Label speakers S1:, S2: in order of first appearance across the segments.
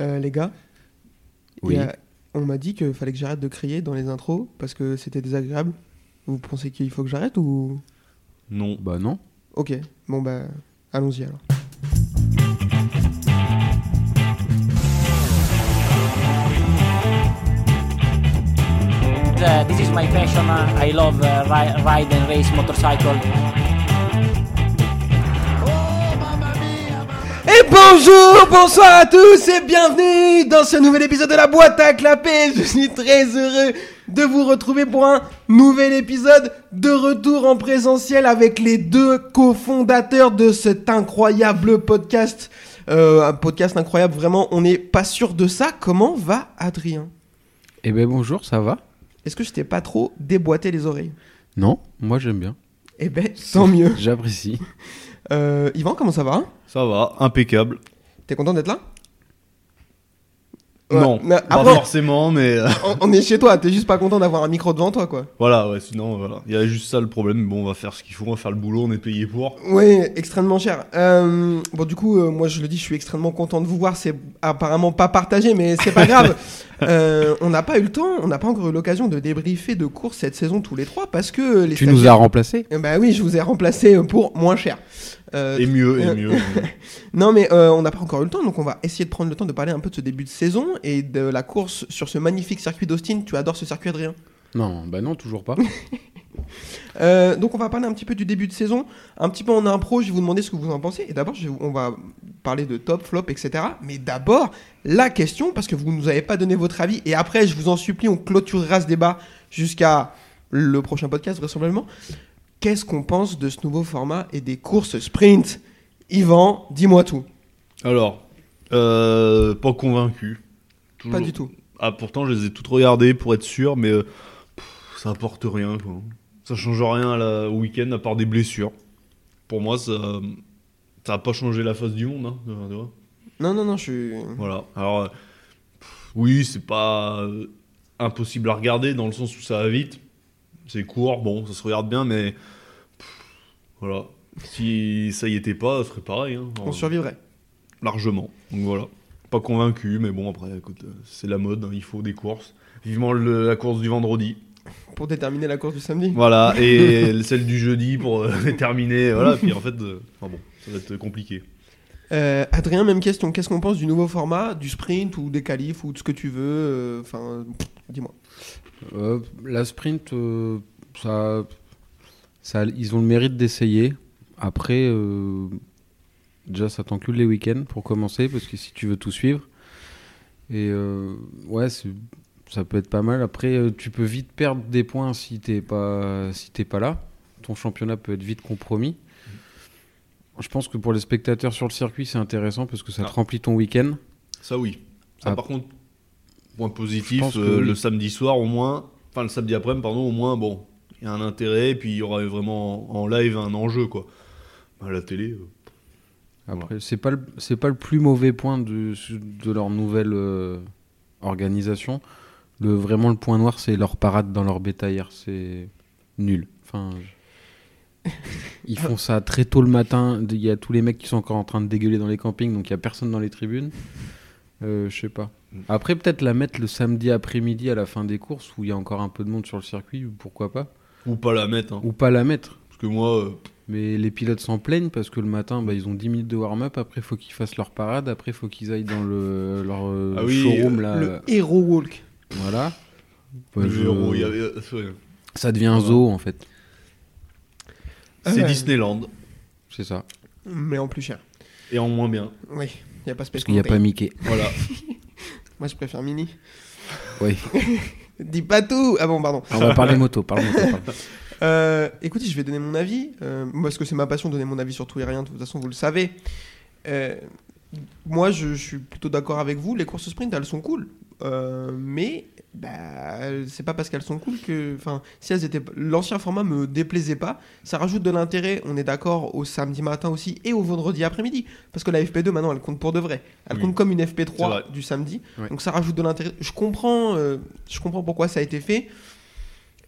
S1: Euh, les gars,
S2: Oui.
S1: il y a- on m'a dit qu'il fallait que j'arrête de crier dans les intros parce que c'était désagréable. Vous pensez qu'il faut que j'arrête ou.
S3: Non.
S2: Bah non.
S1: Ok, bon bah, allons-y alors.
S4: Uh, this is my passion. Uh, I love uh, ri- ride and race motorcycle.
S1: Et bonjour, bonsoir à tous et bienvenue dans ce nouvel épisode de la boîte à clapper. Je suis très heureux de vous retrouver pour un nouvel épisode de retour en présentiel avec les deux cofondateurs de cet incroyable podcast. Euh, un podcast incroyable, vraiment, on n'est pas sûr de ça. Comment va Adrien
S2: Eh ben bonjour, ça va
S1: Est-ce que je t'ai pas trop déboîté les oreilles
S2: Non, moi j'aime bien.
S1: Eh ben, tant mieux.
S2: J'apprécie.
S1: Euh, Yvan, comment ça va
S3: Ça va, impeccable.
S1: T'es content d'être là Ah
S3: non,
S1: Ouais, mais
S3: pas
S1: après-
S3: forcément, mais euh,
S1: On, on est chez toi, t'es juste pas content d'avoir un micro devant toi, quoi.
S3: voilà, ouais, sinon, voilà. Il y a juste ça le problème. Bon, on va faire ce qu'il faut, on va faire le boulot, on est payé pour.
S1: Oui, extrêmement cher. Euh, bon, du coup, euh, moi je le dis, je suis extrêmement content de vous voir. C'est apparemment pas partagé, mais c'est pas grave. Euh, on n'a pas eu le temps, on n'a pas encore eu l'occasion de débriefer de course cette saison tous les trois parce que euh, les.
S2: tu nous as remplacés
S1: as. Bah oui, je vous ai remplacé euh, pour moins cher. Euh,
S3: Et mieux,
S1: euh,
S3: et mieux.
S1: Non, mais euh, on n'a pas encore eu le temps, donc on va essayer de prendre le temps de parler un peu de ce début de saison et de la course sur ce magnifique circuit d'Austin. Tu adores ce circuit, Adrien
S2: Non, bah non, toujours pas.
S1: Euh, donc on va parler un petit peu du début de saison, un petit peu en impro, je vais vous demander ce que vous en pensez. Et d'abord, je vais vous- on va parler de top, flop, etc. Mais d'abord, la question, parce que vous ne nous avez pas donné votre avis, et après, je vous en supplie, on clôturera ce débat jusqu'à le prochain podcast, vraisemblablement. Qu'est-ce qu'on pense de ce nouveau format et des courses sprint Yvan, dis-moi tout.
S3: Alors, euh, pas convaincu. Toujours-
S1: Pas du tout.
S3: Ah, pourtant, je les ai toutes regardées pour être sûr, mais euh, pff, ça apporte rien, quoi. Ça change rien à la- au week-end, à part des blessures. Pour moi, ça n'a pas changé la face du monde, hein, tu vois.
S1: Non, non, non, je suis...
S3: Voilà. Alors, euh, pff, oui, c'est pas euh, impossible à regarder dans le sens où ça va vite. C'est court, bon, ça se regarde bien, mais pff, voilà. Si ça y était pas, ça serait pareil. hein.
S1: On survivrait.
S3: Largement. Donc voilà. Pas convaincu, mais bon, après, écoute, euh, c'est la mode, hein, il faut des courses. Vivement le- la course du vendredi.
S1: Pour déterminer la course du samedi.
S3: Voilà, et celle du jeudi pour euh, terminer. Voilà, puis en fait, euh, enfin bon, ça va être compliqué.
S1: Euh, Adrien, même question. Qu'est-ce qu'on pense du nouveau format, du sprint ou des qualifs ou de ce que tu veux euh, Enfin, euh, pff, dis-moi.
S2: Euh, la sprint, euh, ça, ça, ils ont le mérite d'essayer. Après, euh, déjà, ça t'encule les week-ends pour commencer, parce que si tu veux tout suivre. Et euh, ouais, c'est- ça peut être pas mal. Après, euh, tu peux vite perdre des points si t'es pas, si t'es pas là. Ton championnat peut être vite compromis. Je pense que pour les spectateurs sur le circuit, c'est intéressant parce que ça te
S3: Ah.
S2: remplit ton week-end.
S3: Ça oui. Ça
S2: Ah.
S3: par contre, point positif,
S2: Je pense que
S3: euh,
S2: oui.
S3: le samedi soir au moins, enfin le samedi après-midi, pardon, au moins, bon, il y a un intérêt, et puis il y aura vraiment en live un enjeu, quoi. À la télé, euh,
S2: Après, c'est pas le- c'est pas le plus mauvais point de, de leur nouvelle euh, organisation. Le vraiment le point noir, c'est leur parade dans leur bétaillère, c'est nul. Enfin, je- ils font ça très tôt le matin. Il y a tous les mecs qui sont encore en train de dégueuler dans les campings, donc il y a personne dans les tribunes. Euh, je sais pas. Après, peut-être la mettre le samedi après-midi à la fin des courses où il y a encore un peu de monde sur le circuit, pourquoi pas
S3: ou pas la mettre, hein,
S2: Ou pas la mettre.
S3: parce que moi, euh,
S2: Mais les pilotes s'en plaignent parce que le matin, bah, ils ont 10 minutes de warm-up. Après, faut qu'ils fassent leur parade. Après, faut qu'ils aillent dans le, leur euh,
S3: Ah oui,
S2: showroom. Là,
S1: Le héros walk.
S2: Voilà. Bah,
S3: le
S2: je-
S3: héros, il y avait, euh, c'est-
S2: Ça devient un zoo, en fait.
S3: c'est
S2: Ah
S1: ouais.
S3: Disneyland,
S2: C'est ça.
S1: Mais en plus cher.
S3: et en moins bien.
S1: Oui, il n'y a pas Space
S2: Parce qu'il n'y a pas
S1: Mountain.
S2: Mickey.
S3: Voilà.
S1: Moi, je préfère Mini.
S2: Oui.
S1: Dis pas tout Ah bon, pardon.
S2: On va parler moto. Parle moto parle.
S1: Euh, écoutez, je vais donner mon avis. euh, parce que c'est ma passion de donner mon avis sur tout et rien. De toute façon, vous le savez. Euh, moi, je, je suis plutôt d'accord avec vous. Les courses sprint, elles sont cool. Euh, mais bah, c'est pas parce qu'elles sont cool que. Enfin, si elles étaient. L'ancien format me déplaisait pas. Ça rajoute de l'intérêt, on est d'accord, au samedi matin aussi et au vendredi après-midi. Parce que la FP2, maintenant, elle compte pour de vrai. Elle
S3: Oui.
S1: compte comme une
S3: C'est vrai.
S1: FP3 du samedi.
S2: Ouais.
S1: Donc ça rajoute de l'intérêt. Je comprends, euh, je comprends pourquoi ça a été fait.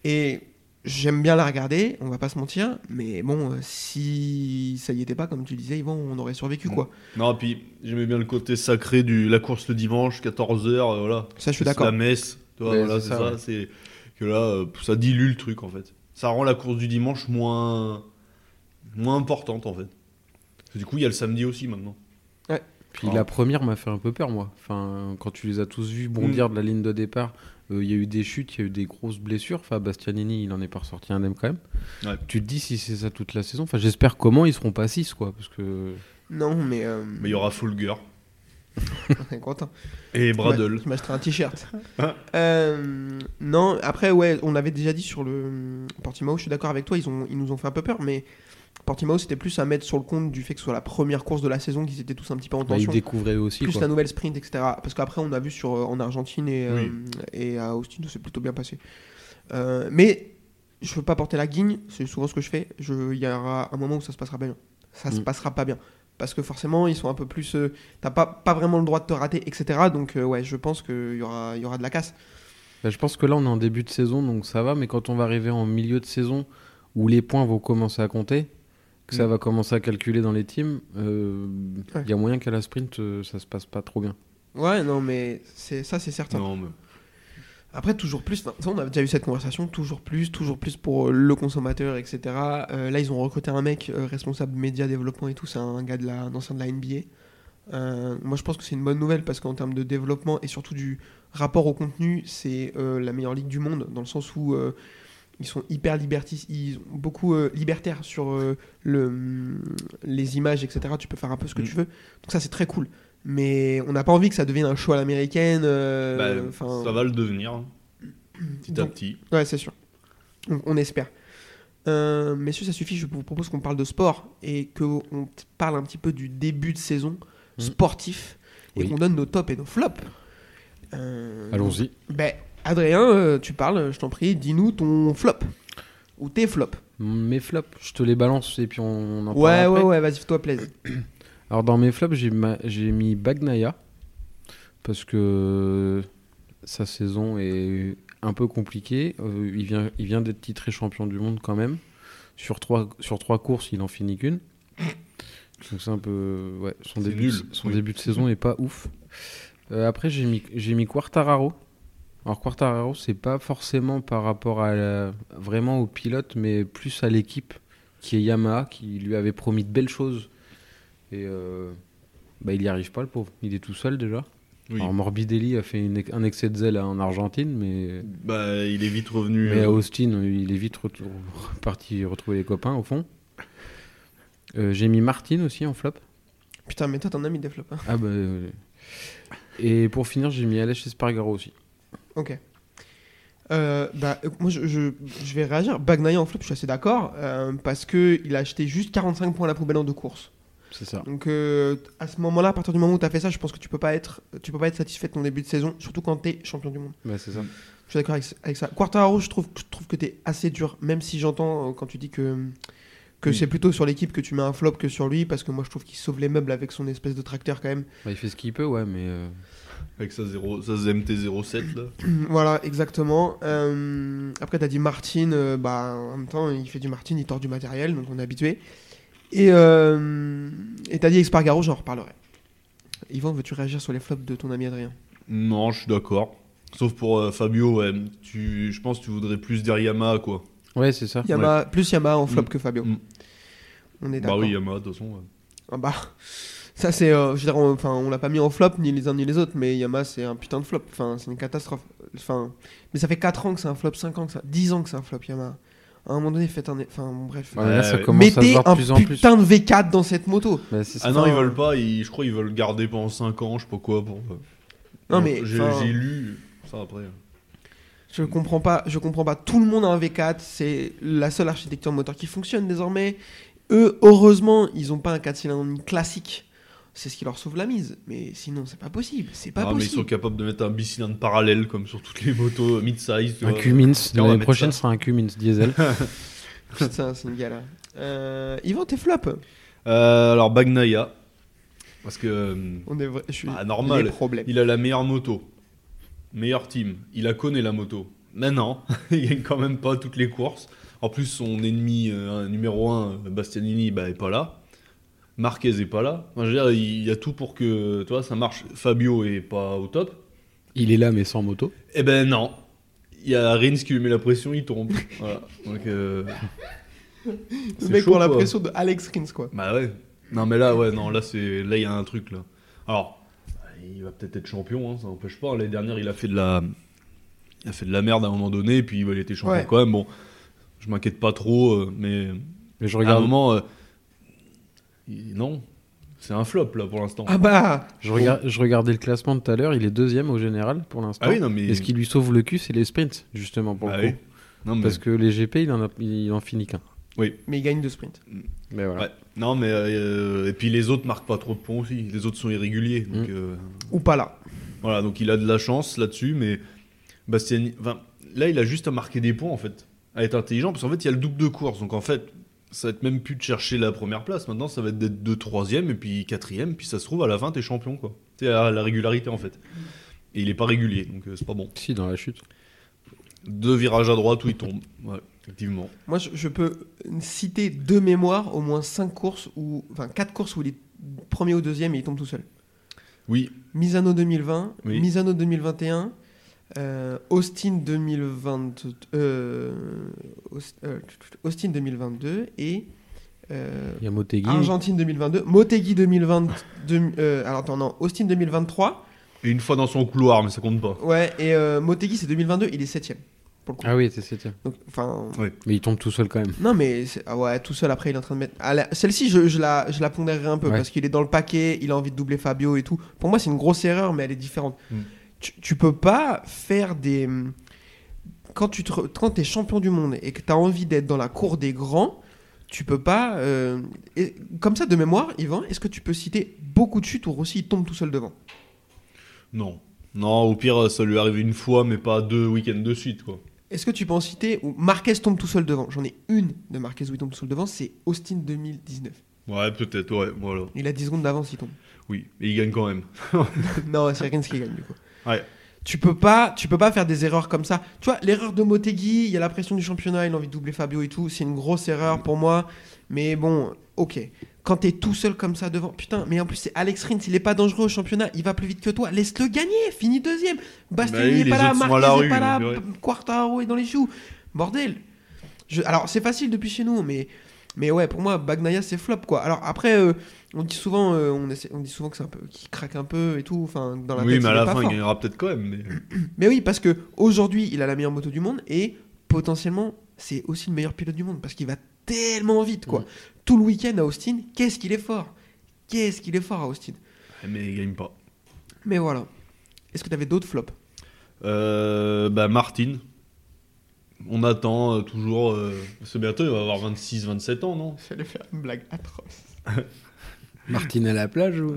S1: Et J'aime bien la regarder, on va pas se mentir, mais bon, euh, si ça y était pas, comme tu disais, Yvan, on aurait survécu
S3: Mm.
S1: quoi.
S3: Non, puis j'aimais bien le côté sacré de la course le dimanche, 14h, voilà.
S1: Ça, je suis
S3: C'est
S1: d'accord.
S3: La messe, tu vois,
S2: Ouais,
S3: voilà,
S2: c'est
S3: c'est
S2: ça,
S3: ça.
S2: ouais.
S3: C'est que là, euh, ça dilue le truc en fait. Ça rend la course du dimanche moins, moins importante en fait. Parce que Du coup, il y a le samedi aussi maintenant.
S2: Puis
S3: Ah.
S2: la première m'a fait un peu peur, moi. Enfin, quand tu les as tous vus bondir
S3: Mm.
S2: de la ligne de départ, euh, il y a eu des chutes, il y a eu des grosses blessures. Enfin, Bastianini, il en est pas ressorti indemne quand même.
S3: Ouais.
S2: Tu te dis si c'est ça toute la saison. Enfin, j'espère comment ils seront pas 6, quoi. Parce que.
S1: Non, mais, euh,
S3: Mais il y aura Folger
S1: on est content.
S3: et Bradle.
S1: Je m'achèterai un t-shirt.
S3: Hein
S1: Euh, non, après, ouais, on l'avait déjà dit sur le euh, Portimao, je suis d'accord avec toi, ils, ont, ils nous ont fait un peu peur, mais Portimao, c'était plus à mettre sur le compte du fait que ce soit la première course de la saison, qu'ils étaient tous un petit peu en
S2: Bah, ils
S1: tension.
S2: découvraient eux aussi.
S1: plus
S2: quoi.
S1: la nouvelle sprint, etc. Parce qu'après, on a vu sur, euh, en Argentine et, euh,
S3: Oui.
S1: et à Austin, c'est plutôt bien passé. Euh, mais je veux pas porter la guigne, c'est souvent ce que je fais. Je- Il y aura un moment où ça se passera pas bien. Ça se
S2: Mm.
S1: passera pas bien. Parce que forcément, ils sont un peu plus. euh, T'as pas, pas vraiment le droit de te rater, etc. Donc, euh, ouais, je pense qu'il y aura, il y aura de la casse.
S2: Bah, je pense que là, on est en début de saison, donc ça va, mais quand on va arriver en milieu de saison où les points vont commencer à compter, que ça va commencer à calculer dans les teams, euh, il
S1: Mm. Ouais.
S2: y a moyen qu'à la sprint, euh, ça se passe pas trop bien.
S1: Ouais, non, mais c'est ça, c'est certain.
S3: Non, mais...
S1: Après, toujours plus, enfin, ça, on a déjà eu cette conversation, toujours plus, toujours plus pour euh, le consommateur, etc. Euh, là, ils ont recruté un mec euh, responsable média, développement et tout, c'est un gars de la, un ancien de la NBA. Euh, moi, je pense que c'est une bonne nouvelle parce qu'en termes de développement et surtout du rapport au contenu, c'est euh, la meilleure ligue du monde dans le sens où euh, ils sont hyper libertis, ils ont beaucoup euh, libertaires sur euh, le, hum, les images, etc. Tu peux faire un peu ce que
S3: Mm.
S1: tu veux, donc ça, c'est très cool. Mais on n'a pas envie que ça devienne un show à l'américaine. euh,
S3: bah,
S1: enfin,
S3: ça va le devenir hein, petit à
S1: donc-
S3: petit.
S1: Ouais, c'est sûr. On, on espère. Euh, messieurs, ça suffit. Je vous propose qu'on parle de sport et qu'on parle un petit peu du début de saison
S2: Mhm.
S1: sportif et
S2: Oui.
S1: qu'on donne nos tops et nos flops. Euh,
S2: Allons-y.
S1: Ben, Adrien, euh, tu parles, je t'en prie, dis-nous ton flop ou tes flops.
S2: Mes flops, je te les balance et puis on, on en
S1: Ouais,
S2: parle
S1: ouais,
S2: après.
S1: ouais, vas-y, toi, plaise.
S2: Alors dans mes flops, j'ai ma- j'ai mis Bagnaya parce que sa saison est un peu compliquée. Euh, il vient, il vient d'être titré champion du monde quand même. Sur trois, sur trois courses, il en finit qu'une. Donc c'est un peu, ouais, son
S3: C'est
S2: début,
S3: nul,
S2: de- son
S3: oui.
S2: début de saison est pas ouf. Euh, après j'ai mis, j'ai mis Quartararo. Alors Quartararo, c'est pas forcément par rapport à la- vraiment au pilote, mais plus à l'équipe qui est Yamaha, qui lui avait promis de belles choses. Et euh, bah, il n'y arrive pas, le pauvre. Il est tout seul déjà.
S3: Oui.
S2: Alors Morbidelli a fait une ex- un excès de zèle en Argentine, mais,
S3: Bah, il est vite revenu.
S2: mais à
S3: euh,
S2: Austin, il est vite retour- parti retrouver les copains au fond. Euh, J'ai mis Martin aussi en flop.
S1: Putain, mais toi, t'en as mis des flops. hein.
S2: Ah bah, euh, Et pour finir, j'ai mis Aleix Espargaro aussi.
S1: Ok. Euh, bah, euh, moi, je, je- je vais réagir. Bagnaia en flop, je suis assez d'accord euh, parce qu'il a acheté juste 45 points à la poubelle en deux courses.
S2: C'est ça.
S1: Donc euh, à ce moment-là, à partir du moment où tu as fait ça, je pense que tu peux pas être tu peux pas être satisfait de ton début de saison, surtout quand tu es champion du monde.
S2: Bah, c'est ça.
S1: Je suis d'accord avec, avec ça. Quartaro, je trouve je trouve que tu es assez dur même si j'entends euh, quand tu dis que que
S3: Oui.
S1: c'est plutôt sur l'équipe que tu mets un flop que sur lui parce que moi je trouve qu'il sauve les meubles avec son espèce de tracteur quand même.
S2: Bah, il fait ce qu'il peut, ouais, mais... euh,
S3: Avec sa, 0, sa MT-07 là.
S1: voilà, exactement. Euh, après tu as dit Martin euh, bah en même temps, il fait du Martin, il tord du matériel, donc on est habitué. Et euh, et tu as dit Expargaro, j'en reparlerai. Yvan, veux-tu réagir sur les flops de ton ami Adrien
S3: Non, je suis d'accord. Sauf pour euh, Fabio, ouais, tu, je pense que tu voudrais plus d'Yamaha quoi.
S2: Ouais, c'est ça.
S1: Yama, plus Yama en flop
S3: Mm.
S1: que Fabio.
S3: Mm.
S1: On est
S3: Bah
S1: d'accord.
S3: oui, Yamaha de toute façon. ouais.
S1: Ah bah, ça c'est, euh, je veux dire, on- enfin, on l'a pas mis en flop ni les uns ni les autres, mais Yama c'est un putain de flop. Enfin, c'est une catastrophe. Enfin, mais ça fait 4 ans que c'est un flop, 5 ans que ça, 10 ans que c'est un flop Yama. À un moment donné, faites un, enfin, bon, bref.
S2: Ouais, là,
S3: Ouais,
S2: ça
S3: ouais.
S2: commence à se
S1: Mettez
S2: voir de
S1: un
S2: plus en plus.
S1: putain de V4 dans cette moto.
S2: Bah, c'est ça.
S3: Ah non,
S1: Enfin, euh,
S3: ils veulent pas, ils- je crois qu'ils veulent garder pendant 5 ans, je sais pas quoi. Pour...
S1: Non, mais,
S3: J'ai
S1: enfin-
S3: j'ai lu ça après.
S1: Je comprends pas, je comprends pas. Tout le monde a un V4, c'est la seule architecture moteur qui fonctionne désormais. Eux, heureusement, ils ont pas un 4 cylindres classique. C'est ce qui leur sauve la mise. Mais sinon, c'est pas possible. C'est pas
S3: Ah, mais ils
S1: possible.
S3: sont capables de mettre un bicylindre parallèle comme sur toutes les motos euh, mid-size. tu
S2: Un
S3: vois.
S2: Cummins,
S3: on va
S2: l'année
S3: mettre
S2: prochaine,
S3: ça.
S2: sera un Cummins diesel.
S1: Putain, c'est une galère. Euh, Yvan, t'es flop.
S3: Euh, alors Bagnaia, parce que euh,
S1: On est vrai, je suis
S3: Ah, normal.
S1: les problèmes.
S3: il a la meilleure moto, meilleur team, il la connaît la moto, Mais non, il gagne quand même pas toutes les courses. En plus, son ennemi euh, numéro 1, Bastianini, bah, est pas là. Marquez est pas là. Enfin, je veux dire, il y a tout pour que tu vois, ça marche. Fabio est pas au top.
S2: Il est là, mais sans moto.
S3: Eh ben non. Il y a Rins qui lui met la pression, il tombe. Voilà. Donc, euh,
S1: Le
S3: c'est
S1: mec
S3: chaud,
S1: pour la
S3: quoi.
S1: pression de Alex Rins, quoi.
S3: Bah ouais. Non mais là ouais non là c'est là il y a un truc là. Alors il va peut-être être champion hein, ça n'empêche pas. L'année dernière il a fait de la il a fait de la merde à un moment donné et puis bah, il était champion
S1: Ouais.
S3: quand même. Bon je m'inquiète pas trop euh, mais
S2: Mais je
S3: à un
S2: regarde,
S3: moment euh, il- non c'est un flop là pour l'instant.
S1: Ah bah
S2: je, regarde- je regardais le classement tout à l'heure. Il est deuxième au général pour l'instant.
S3: Ah oui non mais
S2: Et ce qui lui sauve le cul, c'est les sprints, justement, pour
S3: Ah
S2: le
S3: oui.
S2: coup.
S3: non mais
S2: Parce que les GP, il en, a, il en finit qu'un.
S1: Mais il gagne de sprint.
S2: Mais voilà.
S3: Ouais. non mais euh, et puis les autres marquent pas trop de points aussi. Les autres sont irréguliers donc euh,
S1: Ou pas là.
S3: Voilà, donc il a de la chance là-dessus, mais Bastiani. Enfin, là, il a juste à marquer des points, en fait, à être intelligent, parce qu'en fait, il y a le double de course. Donc, en fait, ça va être même plus de chercher la première place. Maintenant, ça va être d'être de troisième, et puis quatrième, puis ça se trouve, à la fin, t'es champion, quoi. C'est à la régularité, en fait. Et il est pas régulier, donc euh, c'est pas bon.
S2: Si, dans la chute.
S3: Deux virages à droite où il tombe. Ouais, effectivement.
S1: Moi, je, je peux citer de mémoire au moins 5 courses, ou enfin 4 courses où il est premier ou deuxième et il tombe tout seul.
S3: Oui,
S1: Misano 2020,
S3: Oui.
S1: Misano 2021, euh, Austin 2020, euh, Aust- euh, Austin 2022 et euh,
S2: Il y a Motegi.
S1: Argentine 2022, Motegi 2022, euh, alors attends non, Austin 2023,
S3: et une fois dans son couloir, mais ça compte pas.
S1: ouais et euh, Motegi c'est 2022, il est septième pour le coup.
S2: Ah oui, c'est septième.
S1: Donc, enfin,
S2: Mais il tombe tout seul quand même.
S1: non mais c'est- ah ouais, tout seul après il est en train de mettre. Ah, là, Celle-ci je, je la je la pondérerai un peu
S2: Ouais.
S1: parce qu'il est dans le paquet, il a envie de doubler Fabio et tout. Pour moi c'est une grosse erreur mais elle est différente.
S3: Mm.
S1: Tu, tu peux pas faire des quand tu te, re- quand es champion du monde et que tu as envie d'être dans la cour des grands, tu peux pas euh, et- comme ça de mémoire Yvan, est-ce que tu peux citer beaucoup de chutes où Rossi il tombe tout seul devant
S3: Non. Non, au pire, ça lui est arrivé une fois, mais pas deux week-ends de suite, quoi.
S1: Est-ce que tu peux en citer où Marquez tombe tout seul devant J'en ai une de Marquez où il tombe tout seul devant, c'est Austin 2019.
S3: Ouais, peut-être, ouais, voilà.
S1: Il a 10 secondes d'avance, il tombe.
S3: Oui, mais il gagne quand même.
S1: Non, c'est Rins qui gagne du coup.
S3: Ouais.
S1: Tu peux pas, tu peux pas faire des erreurs comme ça. Tu vois, l'erreur de Motegi, il y a la pression du championnat, il a envie de doubler Fabio et tout, c'est une grosse erreur pour moi. Mais bon, ok. Quand t'es tout seul comme ça devant, putain, mais en plus c'est Alex Rins, il est pas dangereux au championnat, il va plus vite que toi, laisse-le gagner, fini deuxième.
S3: Bah oui,
S1: Bastiani n'est
S3: les
S1: pas là,
S3: autres sont à
S1: Marquez
S3: la
S1: n'est
S3: rue,
S1: pas là,
S3: donc, ouais.
S1: P- Quartaro est dans les choux. Bordel. Je- alors c'est facile depuis chez nous, mais mais ouais, pour moi Bagnaia c'est flop quoi. Alors après, euh, on dit souvent, euh, on, essaie- on dit souvent que c'est un peu, qu'il craque un peu et tout, enfin dans la
S3: oui,
S1: tête,
S3: mais à
S1: il est
S3: la
S1: pas
S3: fin,
S1: fort.
S3: il gagnera peut-être quand même. Mais...
S1: Mais oui, parce que aujourd'hui, il a la meilleure moto du monde et potentiellement, c'est aussi le meilleur pilote du monde parce qu'il va tellement vite, quoi.
S2: Mm.
S1: Tout le week-end à Austin, qu'est-ce qu'il est fort Qu'est-ce qu'il est fort à Austin
S3: eh, mais il gagne pas.
S1: Mais voilà. Est-ce que t'avais d'autres flops
S3: Euh, bah, Martin. On attend euh, toujours. euh, parce que bientôt, il va avoir 26, 27 ans, non
S1: J'allais faire une blague atroce.
S2: Martine à la plage ou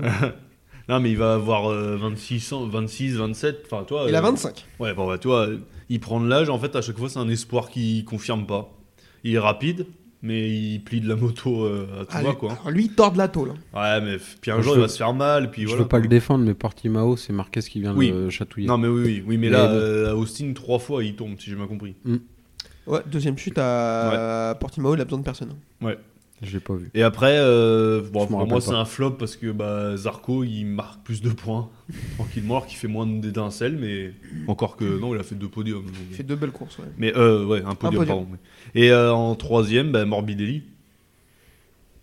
S3: Non, mais il va avoir euh, 26, ans, 26, 27. Enfin, toi.
S1: Il a
S3: euh,
S1: 25.
S3: Ouais, bon, bah, toi, euh, il prend de l'âge. En fait, à chaque fois, c'est un espoir qui confirme pas. Il est rapide, mais il plie de la moto euh, à tout
S1: Ah,
S3: va,
S1: lui,
S3: quoi.
S1: alors lui, il tord de la tôle. hein.
S3: Ouais, mais f- puis un
S2: Je
S3: jour,
S2: veux-
S3: il va se faire mal. Puis
S2: Je
S3: voilà.
S2: veux pas le défendre, mais Portimao, c'est Marquez qui vient
S3: Oui.
S2: le chatouiller.
S3: Non, mais oui, oui, oui mais,
S2: Mais
S3: là,
S2: bon.
S3: euh, à Austin, trois fois, il tombe, si j'ai bien compris.
S1: Ouais, deuxième chute à Portimao, il a besoin de personne. hein.
S2: Je l'ai pas vu.
S3: Et après, euh,
S2: Je
S3: bon,
S2: m'en
S3: pour
S2: rappelle
S3: moi,
S2: pas.
S3: c'est un flop parce que bah, Zarco, il marque plus de points tranquillement, alors qu'il fait moins d'étincelles, mais encore que non, il a fait deux podiums. donc.
S1: Il fait deux belles courses, ouais.
S3: Mais euh, ouais, un podium,
S1: podium.
S3: pardon. Et euh, en troisième, bah, Morbidelli.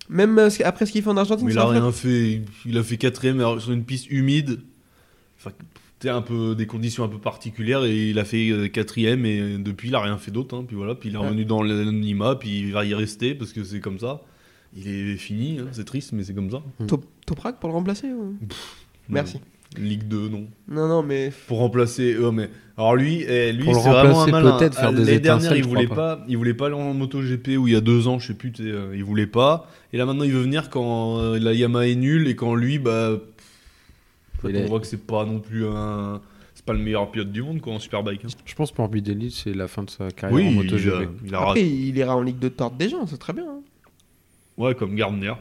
S1: Même euh, ce- après ce qu'il fait en Argentine,
S3: Mais il
S1: c'est
S3: a
S1: un flop.
S3: rien fait. Il a fait quatrième alors, sur une piste humide. Enfin, c'était un peu des conditions un peu particulières et il a fait euh, quatrième et euh, depuis il a rien fait d'autre. hein. Puis voilà, puis il est
S1: Ouais.
S3: revenu dans l'anonymat, puis il va y rester parce que c'est comme ça. Il est fini, hein, c'est triste, mais c'est comme ça.
S1: Top- Toprak pour le remplacer ou- Merci.
S3: Ligue 2, non.
S1: Non, non, mais
S3: Pour remplacer. oh, mais... Alors lui, eh, lui
S2: Pour le
S3: c'est vraiment un
S2: remplacer,
S3: malin. Ah,
S2: peut-être faire des
S3: L'année dernière,
S2: étincelles,
S3: il
S2: je
S3: voulait
S2: crois
S3: pas. il voulait pas aller en MotoGP où il y a deux ans, je sais plus, tu sais, euh, il voulait pas. Et là maintenant, il veut venir quand euh, la Yamaha est nulle et quand lui, bah, pff, en
S2: Il
S3: fait, on
S2: est-
S3: voit que c'est pas non plus un. C'est pas le meilleur pilote du monde quoi en superbike. hein.
S2: Je pense que Morbidelli, c'est la fin de sa carrière
S3: Oui,
S2: en
S3: il, a,
S2: MotoGP.
S3: il a
S1: après,
S3: raté.
S1: il ira en Ligue de Torde des gens, c'est très bien. hein.
S3: Ouais, comme Gardner.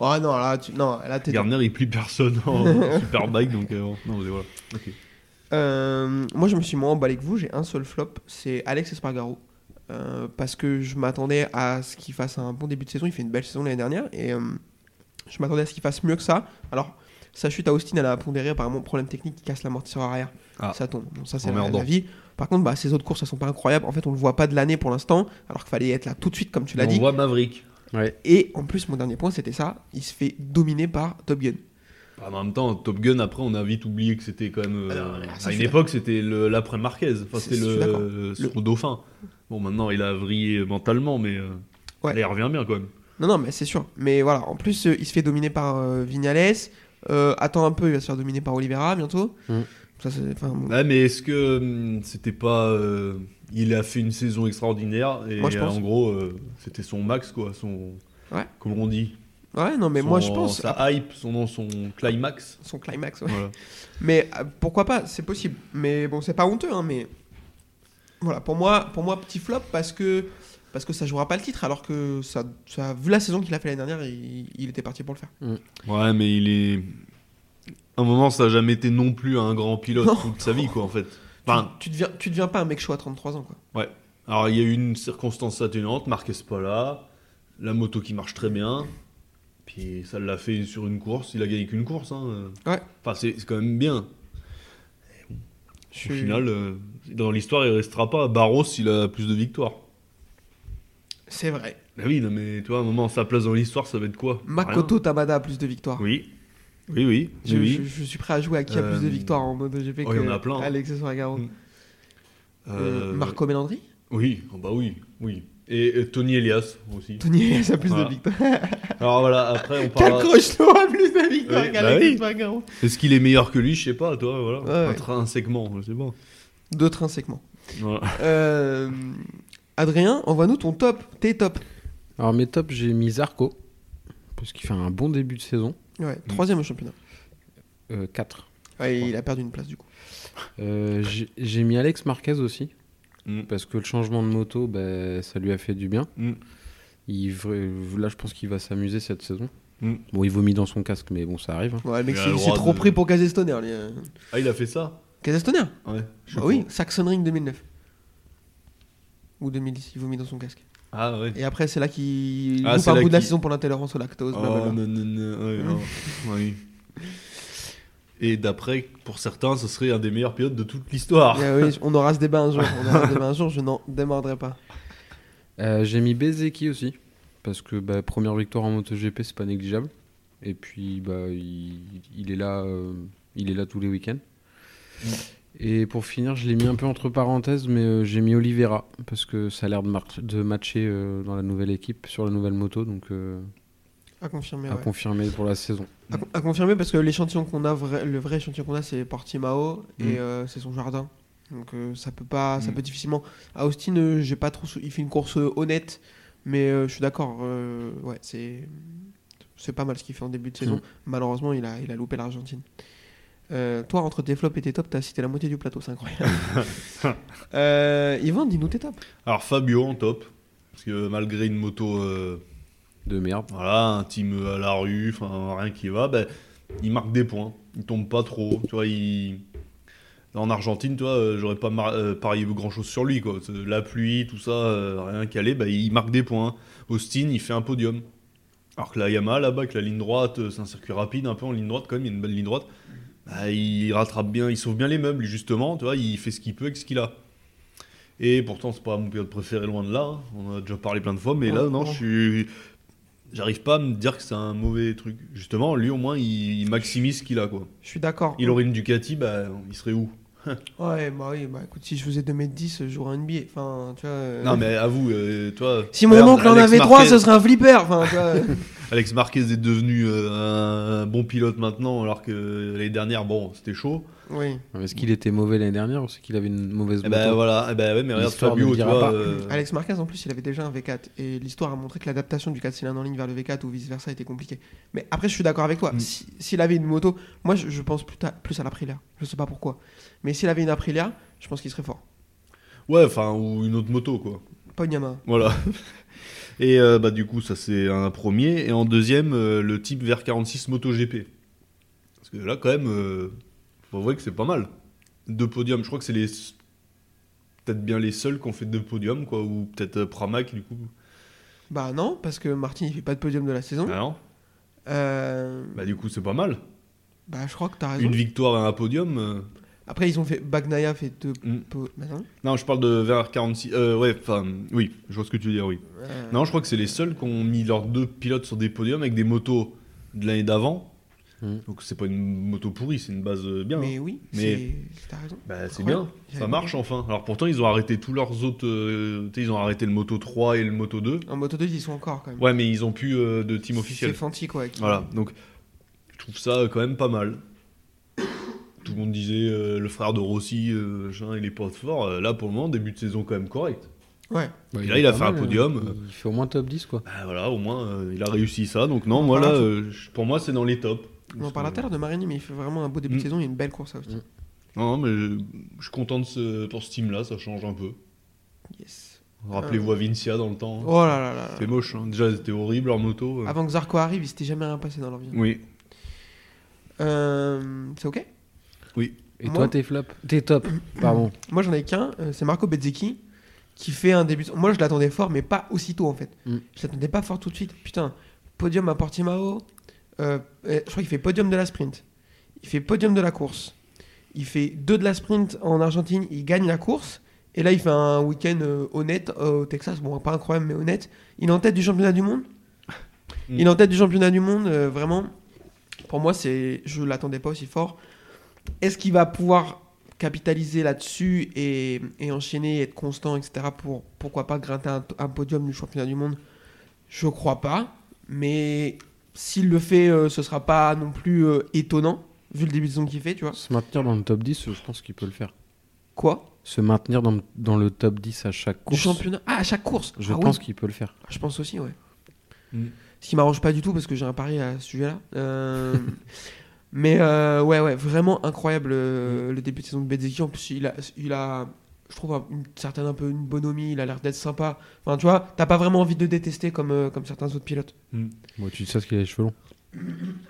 S1: Ah non, là, tu... non, là, t'es
S3: Gardner, il plie personne en superbike, donc euh, bon. non, mais voilà.
S1: Euh, moi, je me suis moins emballé que vous. J'ai un seul flop, c'est Alex Espargaro. Euh, parce que je m'attendais à ce qu'il fasse un bon début de saison. Il fait une belle saison l'année dernière. Et euh, je m'attendais à ce qu'il fasse mieux que ça. Alors, sa chute à Austin, elle a pondéré apparemment problème technique qui casse l'amortisseur arrière.
S3: Ah.
S1: Ça tombe. Bon, ça, c'est la,
S3: Emmerdant.
S1: la vie. Par contre, bah, ses autres courses, elles sont pas incroyables. En fait, on le voit pas de l'année pour l'instant. Alors qu'il fallait être là tout de suite, comme tu l'as
S3: On
S1: dit.
S3: voit Maverick.
S1: Et en plus, mon dernier point, c'était ça. Il se fait dominer par Top Gun.
S3: Bah, en même temps, Top Gun, après, on a vite oublié que c'était quand même. euh,
S1: Ah non, mais ça, je
S3: à une
S1: suis
S3: époque, c'était le- l'après Marquez. Enfin,
S1: C'est-
S3: c'était
S1: je suis d'accord.
S3: le, son dauphin. Bon, maintenant, il a vrillé mentalement, mais. euh,
S1: Ouais.
S3: là, il revient bien quand même.
S1: Non, non, mais c'est sûr. Mais voilà, en plus, euh, il se fait dominer par euh, Vignales. Euh, attends un peu, il va se faire dominer par Oliveira bientôt.
S2: Mm.
S1: Ça, c'est. enfin, bon.
S3: Ouais, mais est-ce que hum, c'était pas. euh, il a fait une saison extraordinaire et
S1: Moi, je pense.
S3: en gros, euh, c'était son max, quoi. Son.
S1: Ouais.
S3: Comme on dit.
S1: Ouais, non, mais
S3: Son-
S1: moi, je pense.
S3: Sa hype, son, son climax.
S1: Son climax, ouais.
S3: Voilà.
S1: Mais euh, pourquoi pas, c'est possible. Mais bon, c'est pas honteux, hein, mais. Voilà, pour moi, pour moi, petit flop parce que. Parce que ça jouera pas le titre, alors que ça, ça- vu la saison qu'il a fait l'année dernière, il, il était parti pour le faire.
S3: Ouais, mais il est. À un moment, ça n'a jamais été non plus un grand pilote
S1: Non.
S3: toute sa vie, quoi, en fait. Enfin,
S1: tu, tu deviens, tu deviens pas un mec chaud à 33 ans, quoi.
S3: alors il y a eu une circonstance atténuante, Marquez pas là, la moto qui marche très bien, puis ça l'a fait sur une course, il a gagné qu'une course. Hein.
S1: Ouais.
S3: Enfin, c'est c'est quand même bien.
S1: Je
S3: Au
S1: suis-
S3: final, euh, dans l'histoire, il restera pas. Barros, il a plus de victoires.
S1: C'est vrai.
S3: Ah oui, non, mais tu vois, à un moment, sa place dans l'histoire, ça va être quoi Rien.
S1: Makoto Tabada a plus de victoires.
S3: Oui. Oui, oui.
S1: Je,
S3: oui.
S1: je- je suis prêt à jouer à qui a plus de
S3: Euh,
S1: victoires en MotoGP
S3: oh,
S1: que
S3: il y en a plein.
S1: Alex Espargaro.
S3: Mm.
S1: Euh,
S3: Euh,
S1: Marco Melandri
S3: Oui, oh bah oui, oui. Et, euh, Tony Elias aussi.
S1: Tony Elias a plus
S3: Voilà.
S1: de victoires.
S3: Alors voilà, après on
S1: Cal
S3: parlera.
S1: Crochetto a plus de victoires
S3: Oui,
S1: qu'Alex
S3: bah oui.
S1: Espargaro.
S3: Est-ce qu'il est meilleur que lui Je sais pas, toi, voilà.
S1: Ouais, ouais.
S3: Intrinsèquement, je sais pas.
S1: D'autres insectes.
S3: Voilà.
S1: Euh, Adrien, envoie-nous ton top, tes tops.
S2: Alors, mes tops, j'ai mis Zarco, parce qu'il fait un bon début de saison. Euh,
S1: Ouais,
S3: Hmm.
S1: troisième au championnat.
S2: 4.
S1: Ouais, il a perdu une place du coup.
S2: Euh, j'ai j'ai mis Alex Marquez aussi,
S3: Mm.
S2: parce que le changement de moto, bah, ça lui a fait du bien.
S3: Mm.
S2: Il, vra- là, je pense qu'il va s'amuser cette saison.
S3: Mm.
S2: Bon, il vomit dans son casque, mais bon, ça arrive. hein.
S1: Ouais, le mec,
S3: Il a
S1: c'est
S3: le
S1: c'est
S3: droit
S1: trop
S3: de-
S1: pris pour Casestoner. lui, euh.
S3: Ah, il a fait ça
S1: Casestoner
S3: Ouais. je
S1: Bah
S3: sais
S1: Oui,
S3: pas.
S1: Saxon Ring 2009. Ou 2010, il vomit dans son casque.
S3: Ah ouais.
S1: Et après, c'est là qu'il
S3: Ah,
S1: loupe
S3: c'est
S1: un
S3: là
S1: bout de la
S3: qu'il-
S1: saison pour l'intolérance au lactose.
S3: Oh,
S1: blablabla.
S3: non, non, non, ouais, non. Oui. Et d'après, pour certains, ce serait un des meilleurs pilotes de toute l'histoire.
S1: Eh oui, on aura ce débat un jour. On aura ce débat un jour, je n'en démordrai pas.
S2: Euh, j'ai mis Bezeki aussi, parce que bah, première victoire en MotoGP, c'est pas négligeable. Et puis, bah, il, il est là, euh, il est là tous les week-ends. Et pour finir, je l'ai mis un peu entre parenthèses, mais euh, j'ai mis Oliveira, parce que ça a l'air de, mar- de matcher euh, dans la nouvelle équipe, sur la nouvelle moto, donc euh,
S1: À confirmer.
S2: à
S1: ouais.
S2: confirmer pour la saison.
S1: À, con- à confirmer parce que l'échantillon qu'on a, vrai- le vrai échantillon qu'on a, c'est Portimao et
S3: Mm.
S1: euh, c'est son jardin. Donc euh, ça peut pas, ça
S3: Mm.
S1: peut difficilement. À Austin, euh, j'ai pas trop. sou- Il fait une course euh, honnête, mais euh, je suis d'accord. euh, ouais, c'est c'est pas mal ce qu'il fait en début de saison.
S2: Mm.
S1: Malheureusement, il a, il a loupé l'Argentine. Euh, toi, entre tes flops et tes tops, t'as cité la moitié du plateau, c'est incroyable. Euh, Yvan, dis-nous tes tops.
S3: Alors Fabio en top, parce que malgré une moto, euh,
S2: De merde.
S3: voilà, un team à la rue, enfin rien qui va, ben, il marque des points, il tombe pas trop, tu vois, il... En Argentine, tu vois, euh, j'aurais pas mar- euh, parié grand-chose sur lui, quoi. C'est- La pluie, tout ça, euh, rien calé, bah, il marque des points. Austin, il fait un podium. Alors que la Yamaha, là-bas, avec la ligne droite, euh, c'est un circuit rapide, un peu en ligne droite, quand même, il y a une belle ligne droite. Bah, il rattrape bien, il sauve bien les meubles, justement, tu vois, il fait ce qu'il peut avec ce qu'il a. Et pourtant, c'est pas mon pilote préféré, loin de là. hein. On en a déjà parlé plein de fois, mais là,
S1: Ouais,
S3: non,
S1: ouais.
S3: je suis... J'arrive pas à me dire que c'est un mauvais truc. Justement, lui, au moins, il, il maximise ce qu'il a, quoi.
S1: Je suis d'accord.
S3: Il aurait une Ducati, bah, il serait où
S1: Ouais, bah oui, bah écoute, si je faisais 2m10, je jouerais à NBA. Enfin, tu vois. euh,
S3: Non, mais avoue, euh, toi.
S1: Si mon
S3: merde,
S1: oncle en
S3: Alex
S1: avait trois,
S3: Marquez-
S1: ce serait un flipper. Enfin, tu vois.
S3: Alex Marquez est devenu euh, un bon pilote maintenant, alors que l'année dernière, bon, c'était chaud.
S1: oui.
S2: Est-ce qu'il était mauvais l'année dernière ou c'est qu'il avait une mauvaise
S3: Eh
S2: moto
S3: ben voilà, eh ben ouais, mais regarde
S2: L'histoire ne
S3: Fabio,
S2: le
S3: tu
S2: dira
S3: vois.
S2: pas.
S3: euh,
S1: Alex Marquez, en plus, il avait déjà un V4. Et l'histoire a montré que l'adaptation du 4 cylindres en ligne vers le V4 ou vice-versa était compliquée. Mais après, je suis d'accord avec toi.
S3: Mm.
S1: Si- S'il avait une moto, moi, je, je pense plus, ta- plus à l'Aprilia. Je sais pas pourquoi. Mais s'il avait une Aprilia, je pense qu'il serait fort.
S3: Ouais, enfin, ou une autre moto, quoi.
S1: Pas une Yamaha.
S3: Voilà. Et euh, bah, du coup, ça, c'est un premier. Et en deuxième, euh, le type VR46 MotoGP. Parce que là, quand même, euh, on voit que c'est pas mal. deux podiums. Je crois que c'est les peut-être bien les seuls qui ont fait deux podiums, quoi. Ou peut-être euh, Pramac, du coup.
S1: Bah non, parce que Martin, il fait pas de podium de la saison.
S3: Ah non
S1: Euh,
S3: Bah, du coup, c'est pas mal.
S1: bah, je crois que t'as raison.
S3: Une victoire et un podium. euh.
S1: Après, ils ont fait. Bagnaia fait deux.
S3: Mm.
S1: po- bah non.
S3: Non, je parle de vers 46. euh, ouais, enfin, oui, je vois ce que tu veux dire, oui.
S1: Euh,
S3: Non, je crois que c'est les seuls qui ont mis leurs deux pilotes sur des podiums avec des motos de l'année d'avant.
S2: Mm.
S3: Donc c'est pas une moto pourrie, c'est une base euh, bien. hein.
S1: Mais oui,
S3: Mais-
S1: c'est- t'as raison.
S3: Bah, c'est
S1: Ouais,
S3: bien,
S1: j'avais
S3: ça marche enfin. Alors pourtant ils ont arrêté tous leurs autres, euh, tu sais, ils ont arrêté le moto 3 et le moto 2.
S1: En moto 2, ils y sont encore quand même.
S3: Ouais, mais ils ont plus euh, de team
S1: C'est
S3: officiel.
S1: Fenty, quoi. qui-
S3: Voilà, donc je trouve ça euh, quand même pas mal. Tout le monde disait euh, le frère de Rossi, euh, machin, il est pas fort. Euh, là pour le moment début de saison quand même correct.
S1: Ouais.
S2: Bah,
S3: Et là, il a
S2: est
S3: fait
S2: pas
S3: un
S2: mal,
S3: podium.
S2: hein. Il fait au moins top 10, quoi.
S3: Bah voilà, au moins euh, il a réussi ça. Donc non, moi là,
S1: parlera-
S3: euh, je- pour moi c'est dans les tops.
S1: On en parlera tout à l'heure de Marini, mais il fait vraiment un beau début de
S3: Mm.
S1: saison. Il y a une belle course à Austin.
S3: Non, non, mais je- je suis content de ce, pour ce team-là, ça change un peu.
S1: Yes. Euh.
S3: Rappelez-vous à Vincia dans le temps. hein.
S1: Oh là là là.
S3: C'était moche, hein. déjà c'était horrible leur moto. euh.
S1: Avant que Zarco arrive, il s'était jamais rien passé dans leur vie.
S3: Oui.
S1: Euh, c'est ok
S2: Et
S1: Moi-
S2: toi, t'es flop T'es top, pardon.
S1: Moi j'en ai qu'un, euh, c'est Marco Bezzecchi qui fait un début. Moi je l'attendais fort, mais pas aussitôt en fait.
S2: Mm.
S1: Je l'attendais pas fort tout de suite. Putain, podium à Portimao. euh, euh, je crois qu'il fait podium de la sprint. Il fait podium de la course. Il fait deux de la sprint en Argentine. Il gagne la course. Et là, il fait un week-end euh, honnête euh, au Texas. Bon, pas incroyable, mais honnête. Il est en tête du championnat du monde.
S3: Mm.
S1: Il est en tête du championnat du monde. euh, vraiment, pour moi, c'est, je l'attendais pas aussi fort. Est-ce qu'il va pouvoir capitaliser là-dessus et, et enchaîner, être constant, etc. pour pourquoi pas gratter un, un podium du championnat du monde Je crois pas, mais s'il le fait, euh, ce sera pas non plus euh, étonnant vu le début de saison qu'il fait, tu vois.
S2: Se maintenir dans le top 10, je pense qu'il peut le faire.
S1: Quoi
S2: Se maintenir dans, dans le top 10 à chaque
S1: Du
S2: course,
S1: championnat Ah, à chaque course.
S2: je
S1: Ah oui.
S2: pense qu'il peut le faire.
S1: Je pense aussi, ouais.
S3: Mm.
S1: Ce qui m'arrange pas du tout parce que j'ai un pari à ce sujet-là. Euh, mais euh, ouais, ouais, vraiment incroyable
S2: Mm.
S1: euh, le début de saison de Benzeki. En plus, il a, il a, je trouve, un- une certaine un peu une bonhomie. Il a l'air d'être sympa. Enfin, tu vois, t'as pas vraiment envie de le détester comme, euh, comme certains autres pilotes.
S2: Moi, tu dis ça parce qu'il a les cheveux longs.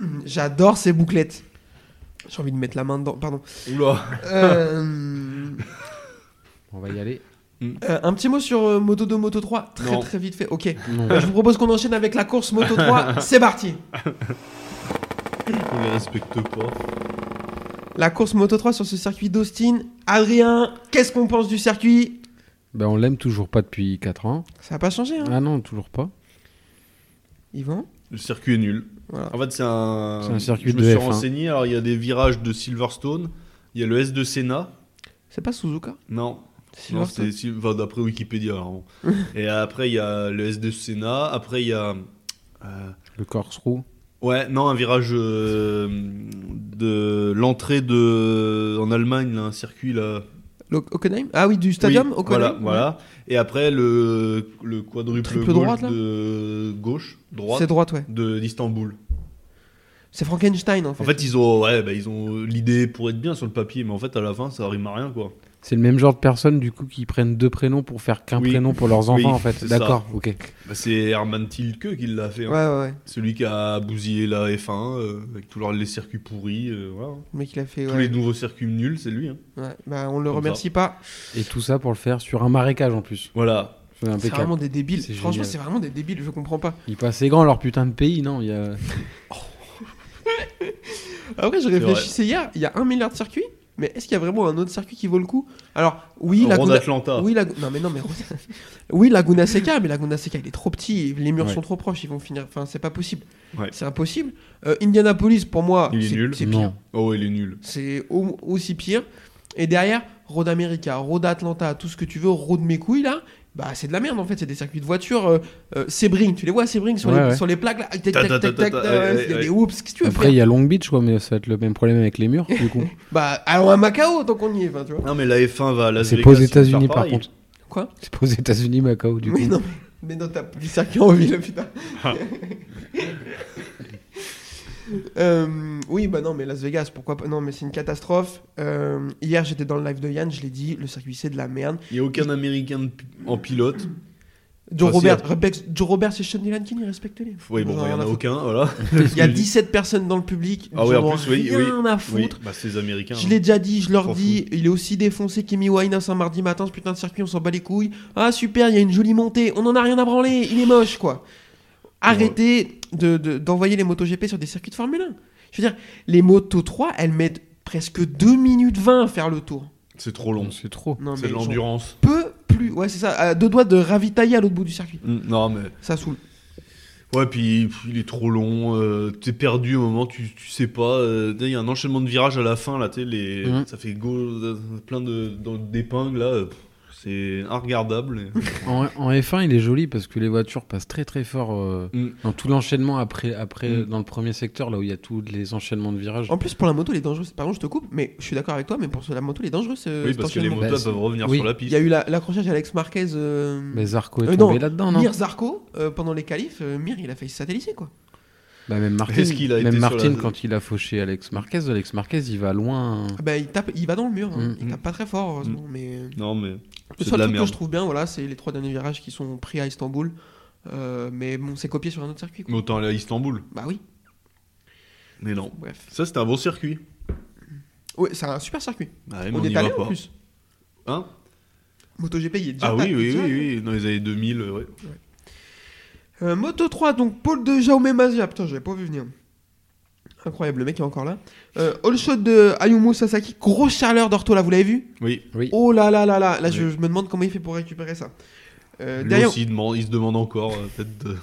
S2: Mm.
S1: J'adore ses bouclettes. J'ai envie de mettre la main dedans, pardon.
S3: Oula.
S1: Euh,
S2: On va y aller.
S1: euh, un petit mot sur euh, Moto 2, Moto 3, très
S3: Non.
S1: très vite fait. Ok,
S2: Non.
S1: Euh, je vous propose qu'on enchaîne avec la course Moto 3. C'est parti!
S3: On les respecte pas.
S1: La course Moto 3 sur ce circuit d'Austin. Adrien, qu'est-ce qu'on pense du circuit
S2: Ben, on l'aime toujours pas depuis 4 ans.
S1: Ça n'a pas changé, hein
S2: Ah non, toujours pas.
S1: Yvan
S3: Le circuit est nul.
S1: Voilà.
S3: En fait, c'est un.
S2: C'est un circuit
S3: je
S2: de
S3: me suis
S2: F1.
S3: renseigné. Alors, il y a des virages de Silverstone. Il y a le S de Senna.
S1: C'est pas Suzuka
S3: Non. Non,
S1: Silverstone
S3: c'était Sil- enfin, d'après Wikipédia. alors, bon. Et après, il y a le S de Senna. Après, il y a. euh,
S2: Le corse roux.
S3: Ouais, non, un virage euh, de l'entrée de en Allemagne, là, un circuit là.
S1: Le- Hockenheim Ah oui, du stadium
S3: Oui,
S1: Hockenheim
S3: Voilà,
S1: ouais.
S3: voilà. Et après le, le quadruple
S1: Triple
S3: gauche
S1: droite, là
S3: de gauche, droite
S1: C'est droite, ouais.
S3: de d'Istanbul.
S1: C'est Frankenstein, en fait.
S3: En fait, ils ont ouais, bah, ils ont l'idée pour être bien sur le papier, mais en fait à la fin ça rime à rien quoi.
S2: C'est le même genre de personnes, du coup, qui prennent deux prénoms pour faire qu'un
S3: Oui.
S2: prénom pour leurs enfants,
S3: Oui,
S2: en fait.
S3: c'est
S2: D'accord, ok.
S3: Bah, c'est Herman Tilke qui l'a fait,
S1: Ouais,
S3: hein.
S1: ouais, ouais.
S3: celui qui a bousillé la F1 euh, avec tous leurs- les circuits pourris, euh, voilà.
S1: Le mec, il a fait.
S3: tous les
S1: Ouais.
S3: nouveaux circuits nuls, c'est lui. hein.
S1: Ouais. Bah, on le
S3: Comme
S1: remercie pas.
S2: Et tout ça pour le faire sur un marécage, en plus.
S3: Voilà.
S2: C'est
S1: C'est
S2: impeccable.
S1: vraiment des débiles.
S2: C'est
S1: Franchement,
S2: génial.
S1: c'est vraiment des débiles, je comprends pas.
S2: Ils passent grand leur putain de pays, non il y a...
S1: Après, je
S3: vrai.
S1: réfléchissais hier, il y a un milliard de circuits, mais est-ce qu'il y a vraiment un autre circuit qui vaut le coup Alors, oui, la
S3: Ronde
S1: Gunda-
S3: Atlanta.
S1: Oui, la... non, mais non, mais oui, Laguna Seca, mais Laguna Seca, il est trop petit, les murs
S2: Ouais.
S1: sont trop proches, ils vont finir. Enfin, c'est pas possible.
S3: Ouais.
S1: C'est impossible. Euh, Indianapolis, pour moi,
S3: Il est
S1: c'est
S3: nul.
S1: c'est pire.
S2: Non.
S3: Oh, il est nul.
S1: C'est au- aussi pire. Et derrière, Road America, Road Atlanta, tout ce que tu veux, Road mes couilles là. Bah, c'est de la merde en fait, c'est des circuits de voitures. Euh, euh, Sebring, tu les vois, Sebring sur,
S2: Ouais,
S1: les,
S2: ouais.
S1: sur les plaques là. Tac, tac,
S3: Ta, ta,
S1: tac,
S3: ta, ta,
S1: tac,
S3: ta,
S1: euh,
S3: ouais,
S1: il y a
S3: ouais,
S1: des oups, qu'est-ce que tu veux
S2: Après, il
S1: faire
S2: y a Long Beach, quoi, mais ça va être le même problème avec les murs, du coup.
S1: Bah, allons à Macao tant qu'on y est, enfin, tu vois.
S3: Non, mais la F1 va à Las
S2: C'est
S3: Vegas.
S2: pas aux
S3: ils vont faire
S2: États-Unis, par
S3: pareil.
S2: contre.
S1: Quoi
S2: C'est pas aux États-Unis, Macao, du
S1: Oui,
S2: coup.
S1: non, mais, mais non, t'as du circuit en ville, putain.
S3: Ah.
S1: Euh, oui, bah non, mais Las Vegas, pourquoi pas Non, mais c'est une catastrophe. Euh, hier, j'étais dans le live de Yann, je l'ai dit, le circuit c'est de la merde.
S3: Il n'y a aucun Américain de pi- en pilote.
S1: Joe,
S3: Ah, si,
S1: Robert,
S3: y a-
S1: Rebex- Joe Roberts et Sean Dylan Kinney, respectez-les.
S3: Oui, bon, bah,
S1: J'en ai
S3: il y en
S1: rien à
S3: a
S1: foutre.
S3: aucun, voilà.
S1: Il y a 17 personnes dans le public.
S3: Ah oui,
S1: j'en
S3: en plus, oui,
S1: ai
S3: oui.
S1: rien à
S3: Oui,
S1: foutre.
S3: bah, c'est les Américains.
S1: Je l'ai déjà dit, je leur
S3: S'en
S1: dis, il est aussi défoncé qu'Amy Winehouse un mardi matin, ce putain de circuit, on s'en bat les couilles. Ah super, il y a une jolie montée, on en a rien à branler, il est moche quoi. Arrêtez de- de- d'envoyer les motos GP sur des circuits de Formule 1. Je veux dire, les motos 3, elles mettent presque 2 minutes 20 à faire le tour.
S3: hein. C'est trop long.
S2: C'est trop.
S1: Non,
S3: C'est de
S1: j'en
S3: l'endurance.
S1: peux plus. Ouais, c'est ça, à deux doigts de ravitailler à l'autre bout du circuit.
S3: Mm, Non, mais.
S1: Ça saoule.
S3: Ouais, puis pff, il est trop long. euh, t'es perdu au moment, tu, tu sais pas. euh, Il y a un enchaînement de virages à la fin, là, t'es les...
S1: Mm.
S2: Mhm.
S3: ça fait go, euh, plein de- dans- d'épingles, là. euh, pff, C'est
S1: Euh,
S3: regardable.
S2: En, en F1, il est joli parce que les voitures passent très très fort euh,
S3: Mm.
S2: dans tout l'enchaînement après, après
S3: Mm. Oh.
S2: euh, dans le premier secteur, là où il y a tous les enchaînements de virages.
S1: En plus, pour la moto, elle est dangereuse. Pardon, je te coupe, mais je suis d'accord avec toi, mais pour la moto, elle est dangereuse. ce-
S3: oui,
S1: cet
S3: parce que les
S1: enchaînement.
S3: motos
S2: Bah,
S3: elles peuvent revenir
S2: oui.
S3: sur la
S1: Il
S3: piste.
S1: y a eu la- l'accrochage à Alex Marquez. euh,
S2: Mais Zarco est
S1: Euh,
S2: tombé
S1: non.
S2: là-dedans, Oh non
S1: Mir Zarco, euh, pendant les qualifs, euh, Mir, il a failli se satelliser, quoi.
S2: Bah, Même Martin,
S3: Est-ce qu'il a été
S2: même
S3: sur
S2: Martin
S3: la-
S2: quand il a fauché Alex Marquez, Alex Marquez, il va loin.
S1: Ah bah, il, tape, il va dans le mur, hein.
S2: Mm,
S1: il
S3: mm.
S1: tape pas très fort, heureusement. Mais... euh,
S3: Non, mais.
S1: Le
S3: C'est
S1: seul
S3: de la
S1: truc que
S3: merde.
S1: je trouve bien, voilà, c'est les trois derniers virages qui sont pris à Istanbul. Euh, mais bon, c'est copié sur un autre circuit. quoi.
S3: Mais autant aller à Istanbul.
S1: Bah oui,
S3: Mais Mm. non.
S1: bref.
S3: Ça, c'était un bon circuit.
S1: Ouais, c'est un super circuit.
S3: Ah, mais
S1: on,
S3: y
S1: est
S3: va
S1: allé en
S3: pas.
S1: plus.
S3: Hein
S1: MotoGP, il est déjà
S3: Ah
S1: pas-
S3: oui, oui,
S1: déjà-
S3: oui, oui, dans les années 2000, ouais.
S1: Euh, Moto 3, donc Paul de Jaume Mazia. Putain, j'avais pas vu venir. Incroyable, le mec est encore là. Euh, all shot de Ayumu Sasaki. Grosse chaleur d'Orto, là, vous l'avez vu
S3: Oui.
S2: Oui.
S1: Oh là là là là, là je,
S3: Oui.
S1: je me demande comment il fait pour récupérer ça. Euh,
S3: Lui
S1: derrière,
S3: aussi, il, demande- il se demande encore, euh, peut-être. de-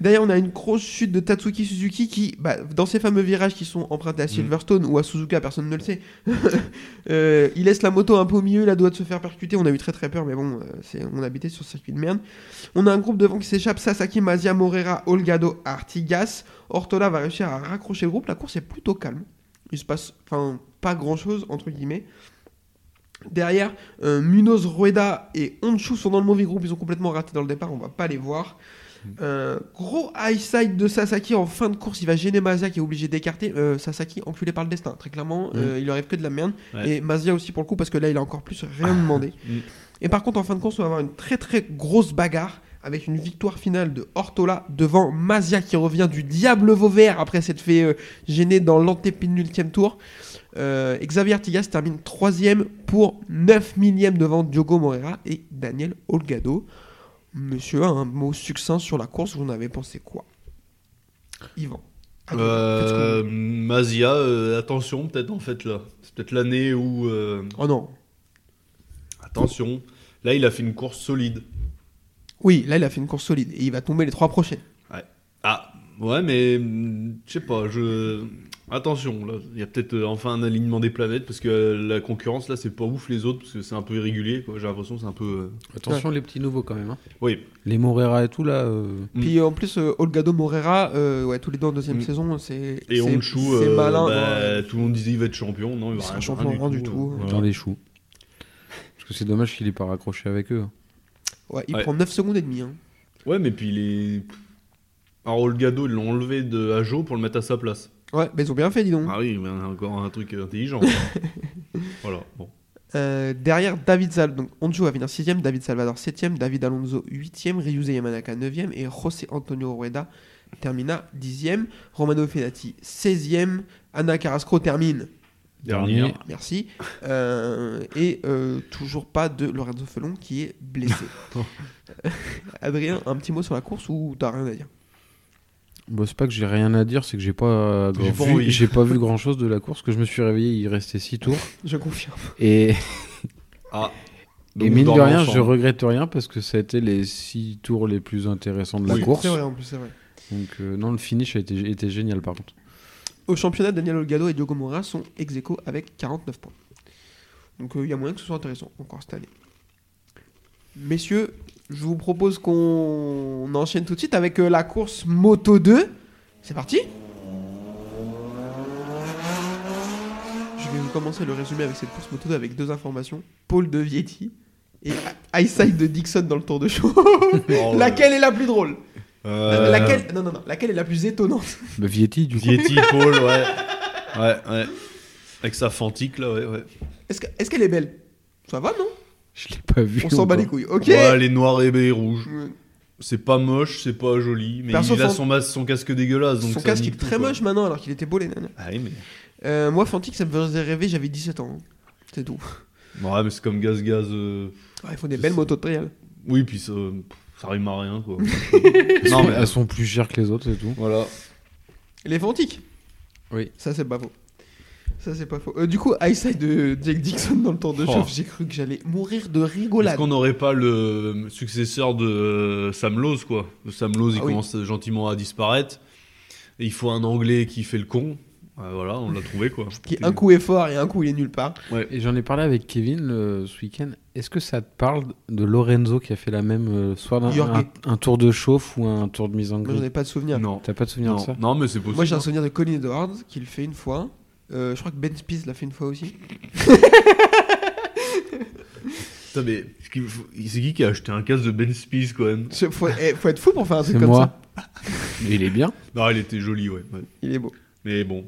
S1: derrière, on a une grosse chute de Tatsuki Suzuki qui, bah, dans ces fameux virages qui sont empruntés à Silverstone ou à Suzuka, personne ne le sait, euh, il laisse la moto un peu au milieu, la doit de se faire percuter. On a eu très très peur, mais bon, euh, c'est- on habitait sur ce circuit de merde. On a un groupe devant qui s'échappe Sasaki, Mazia, Morera, Olgado, Artigas. Ortola va réussir à raccrocher le groupe. La course est plutôt calme. Il se passe, enfin, pas grand chose, entre guillemets. Derrière, euh, Munoz, Rueda et Honshu sont dans le mauvais groupe. Ils ont complètement raté dans le départ. On va pas les voir. Euh, gros high side de Sasaki en fin de course. Il va gêner Mazia qui est obligé d'écarter. Euh, Sasaki, enculé par le destin. Très clairement, euh, il leur arrive que de la merde.
S3: Ouais.
S1: Et Mazia aussi pour le coup, parce que là, il a encore plus rien demandé.
S3: Mm.
S1: Et par contre, en fin de course, on va avoir une très très grosse bagarre avec une victoire finale de Ortola devant Mazia qui revient du diable Vauvert après s'être fait euh, gêner dans l'antépénultième tour. Euh, Xavier Artigas termine troisième pour 9 millièmes devant Diogo Moreira et Daniel Olgado. Monsieur, un mot succinct sur la course, vous en avez pensé quoi Yvan. Allez, faites ce que vous
S3: Euh,
S1: voulez.
S3: Mazia, euh, attention, peut-être en fait là. C'est peut-être l'année où. euh,
S1: Oh non.
S3: attention. Là, il a fait une course solide.
S1: Oui, là il a fait une course solide et il va tomber les trois prochaines.
S3: Ah, ouais, mais. mm, Je sais pas, je. Attention, là. Il y a peut-être euh, enfin un alignement des planètes parce que euh, la concurrence là, c'est pas ouf les autres parce que c'est un peu irrégulier. quoi. J'ai l'impression que c'est un peu. euh,
S2: Attention les petits nouveaux quand même. hein.
S3: Oui,
S2: Les Morera et tout là. euh,
S3: Mm.
S1: Puis euh, en plus, euh, Olgado Morera, euh, ouais, tous les deux en deuxième
S3: Mm.
S1: saison, c'est
S3: Et
S1: c'est-
S3: Honshu,
S1: c'est
S3: euh,
S1: malin.
S3: bah,
S1: ouais.
S3: tout le monde disait il va être champion. Non, il va
S1: Il sera
S3: rien,
S1: champion, rien du tout.
S3: euh,
S1: Dans
S2: dans
S3: voilà.
S2: les choux. Parce que c'est dommage qu'il n'ait pas raccroché avec eux. hein.
S1: Ouais, il
S3: Ouais.
S1: prend 9 secondes et demie. hein.
S3: Ouais, mais puis les. Alors, Olgado, ils l'ont enlevé de Ajo pour le mettre à sa place.
S1: Ouais, mais ils ont bien fait, dis
S2: Hein
S1: donc.
S3: Ah oui, mais encore un truc intelligent. voilà, bon.
S1: Euh, derrière David Zal, donc Onjo va venir 6ème, David Salvador 7ème, David Alonso 8ème, Ryuze Yamanaka 9ème et José Antonio Rueda termina 10ème, Romano Fenati 16ème, Anna Carrasco termine
S3: Dernier.
S1: Merci. Euh, et euh, toujours pas de Lorenzo Felon qui est blessé. Adrien, un petit mot sur la course ou t'as rien à dire
S2: Bah, c'est pas que j'ai rien à dire, c'est que j'ai pas, euh,
S3: J'ai
S2: grand-
S3: pas envie.
S2: vu, j'ai pas vu grand chose de la course. Que je me suis réveillé, il restait 6 tours.
S1: Je confirme.
S2: Et,
S3: Ah.
S2: et mine de rien, je regrette rien parce que ça a été les 6 tours les plus intéressants de la
S3: Oui.
S2: course.
S1: C'est vrai, en plus, c'est vrai.
S2: Donc, euh, non, le finish a été, était génial par contre.
S1: Au championnat, Daniel Olgado et Diogo Moreira sont ex aequo avec 49 points. Donc euh, il y a moyen que ce soit intéressant encore cette année. Messieurs, je vous propose qu'on enchaîne tout de suite avec euh, la course Moto 2. C'est parti Je vais vous commencer le résumé avec cette course Moto 2 avec deux informations. Paul de Vietti et Eyesight de Dixon dans le tour de show.
S3: Oh,
S2: Oh.
S1: laquelle est la plus drôle
S3: Euh,
S2: Euh.
S1: Laquelle Non, non, non. Laquelle est la plus étonnante
S2: Bah, Vietti, du coup.
S3: Vietti, Paul, ouais. Ouais, ouais. Avec sa fantique, là, ouais, ouais.
S1: Est-ce que- est-ce qu'elle est belle Ça va, non
S2: Je l'ai pas vu.
S1: On s'en bat
S2: encore.
S1: les couilles, ok
S3: Ouais, les noirs et les rouges.
S1: Euh,
S3: C'est pas moche, c'est pas joli, mais
S1: Perso,
S3: il a
S1: son-
S3: son, masque, son casque dégueulasse. Donc
S1: Son
S3: ça
S1: casque
S3: nique
S1: est
S3: tout,
S1: très
S3: quoi.
S1: moche maintenant alors qu'il était beau les nanas.
S3: Ah oui, mais...
S1: Euh, moi, Fantique, ça me faisait rêver, j'avais 17 ans. hein. C'est tout.
S3: Ouais, mais c'est comme gaz-gaz. euh,
S1: Ouais, ils font des
S3: C'est
S1: belles
S3: ça.
S1: motos de trial.
S3: Oui, puis ça, euh, ça rime à rien, quoi.
S2: Non,
S3: non, mais
S1: euh,
S2: elles sont plus chères que les autres, c'est tout.
S3: voilà.
S1: Les Fantiques
S2: Oui.
S1: Ça, c'est pas faux. Ça, c'est pas faux. Euh, du coup, Eyesight de Jake Dixon dans le temps de
S3: Oh.
S1: chauffe, j'ai cru que j'allais mourir de
S3: Est-ce
S1: rigolade.
S3: qu'on n'aurait pas le successeur de euh, Sam Lowe, quoi Sam Lowe, il
S1: Ah oui.
S3: commence gentiment à disparaître. Et il faut un Anglais qui fait le con. Ouais, voilà, on l'a trouvé, quoi.
S1: Qui un coup est fort et un coup il est nulle part.
S2: Et j'en ai parlé avec Kevin euh, ce week-end. Est-ce que ça te parle de Lorenzo qui a fait la même, euh, soit d'un-
S1: Jorge.
S2: un, un tour de chauffe ou un tour de mise en
S1: Moi, j'en
S2: grille
S1: ai pas de souvenir.
S3: Non.
S2: T'as pas de souvenir de
S3: Non.
S2: ça
S3: Non, mais c'est possible.
S1: Moi, j'ai un souvenir de Colin Edwards qui le fait une fois. Euh, je crois que Ben Spies l'a fait une fois aussi.
S3: Putain, mais ce qu'il faut- c'est qui qui a acheté un casque de Ben Spies, quand même
S1: Je- Faut, eh, faut être fou pour faire un
S2: C'est
S1: truc comme ça.
S2: moi. Mais il est bien.
S3: Non, il était joli, ouais. ouais.
S1: Il est beau.
S3: Mais bon.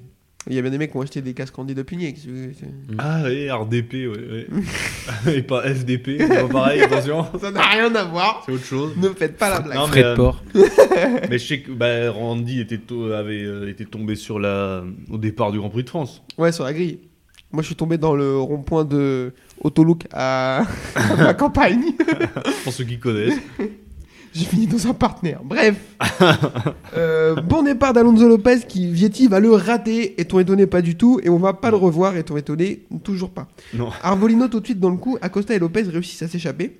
S1: Il y a bien des mecs qui ont acheté des casques candidats de punier. qu'est-ce que c'est
S3: Ah, et RDP, ouais. ouais. et pas FDP, c'est pas pareil, attention.
S1: Ça n'a rien à voir.
S3: C'est autre chose.
S1: Ne faites pas la blague.
S3: Non,
S2: Frais
S3: mais,
S2: de
S3: euh,
S2: port.
S3: Mais je sais que bah, Randy était to- avait euh, été tombé sur la au départ du Grand Prix de France.
S1: Ouais, sur la grille. Moi, je suis tombé dans le rond-point de Autolook à, à ma campagne.
S3: Pour ceux qui connaissent.
S1: J'ai fini dans un partenaire. Bref. Euh, bon départ d'Alonso Lopez qui, Vietti va le rater. Est-on étonné Pas du tout. Et on va pas le revoir. Est-on étonné Toujours pas.
S3: Non.
S1: Arbolino tout de suite dans le coup. Acosta et Lopez réussissent à s'échapper.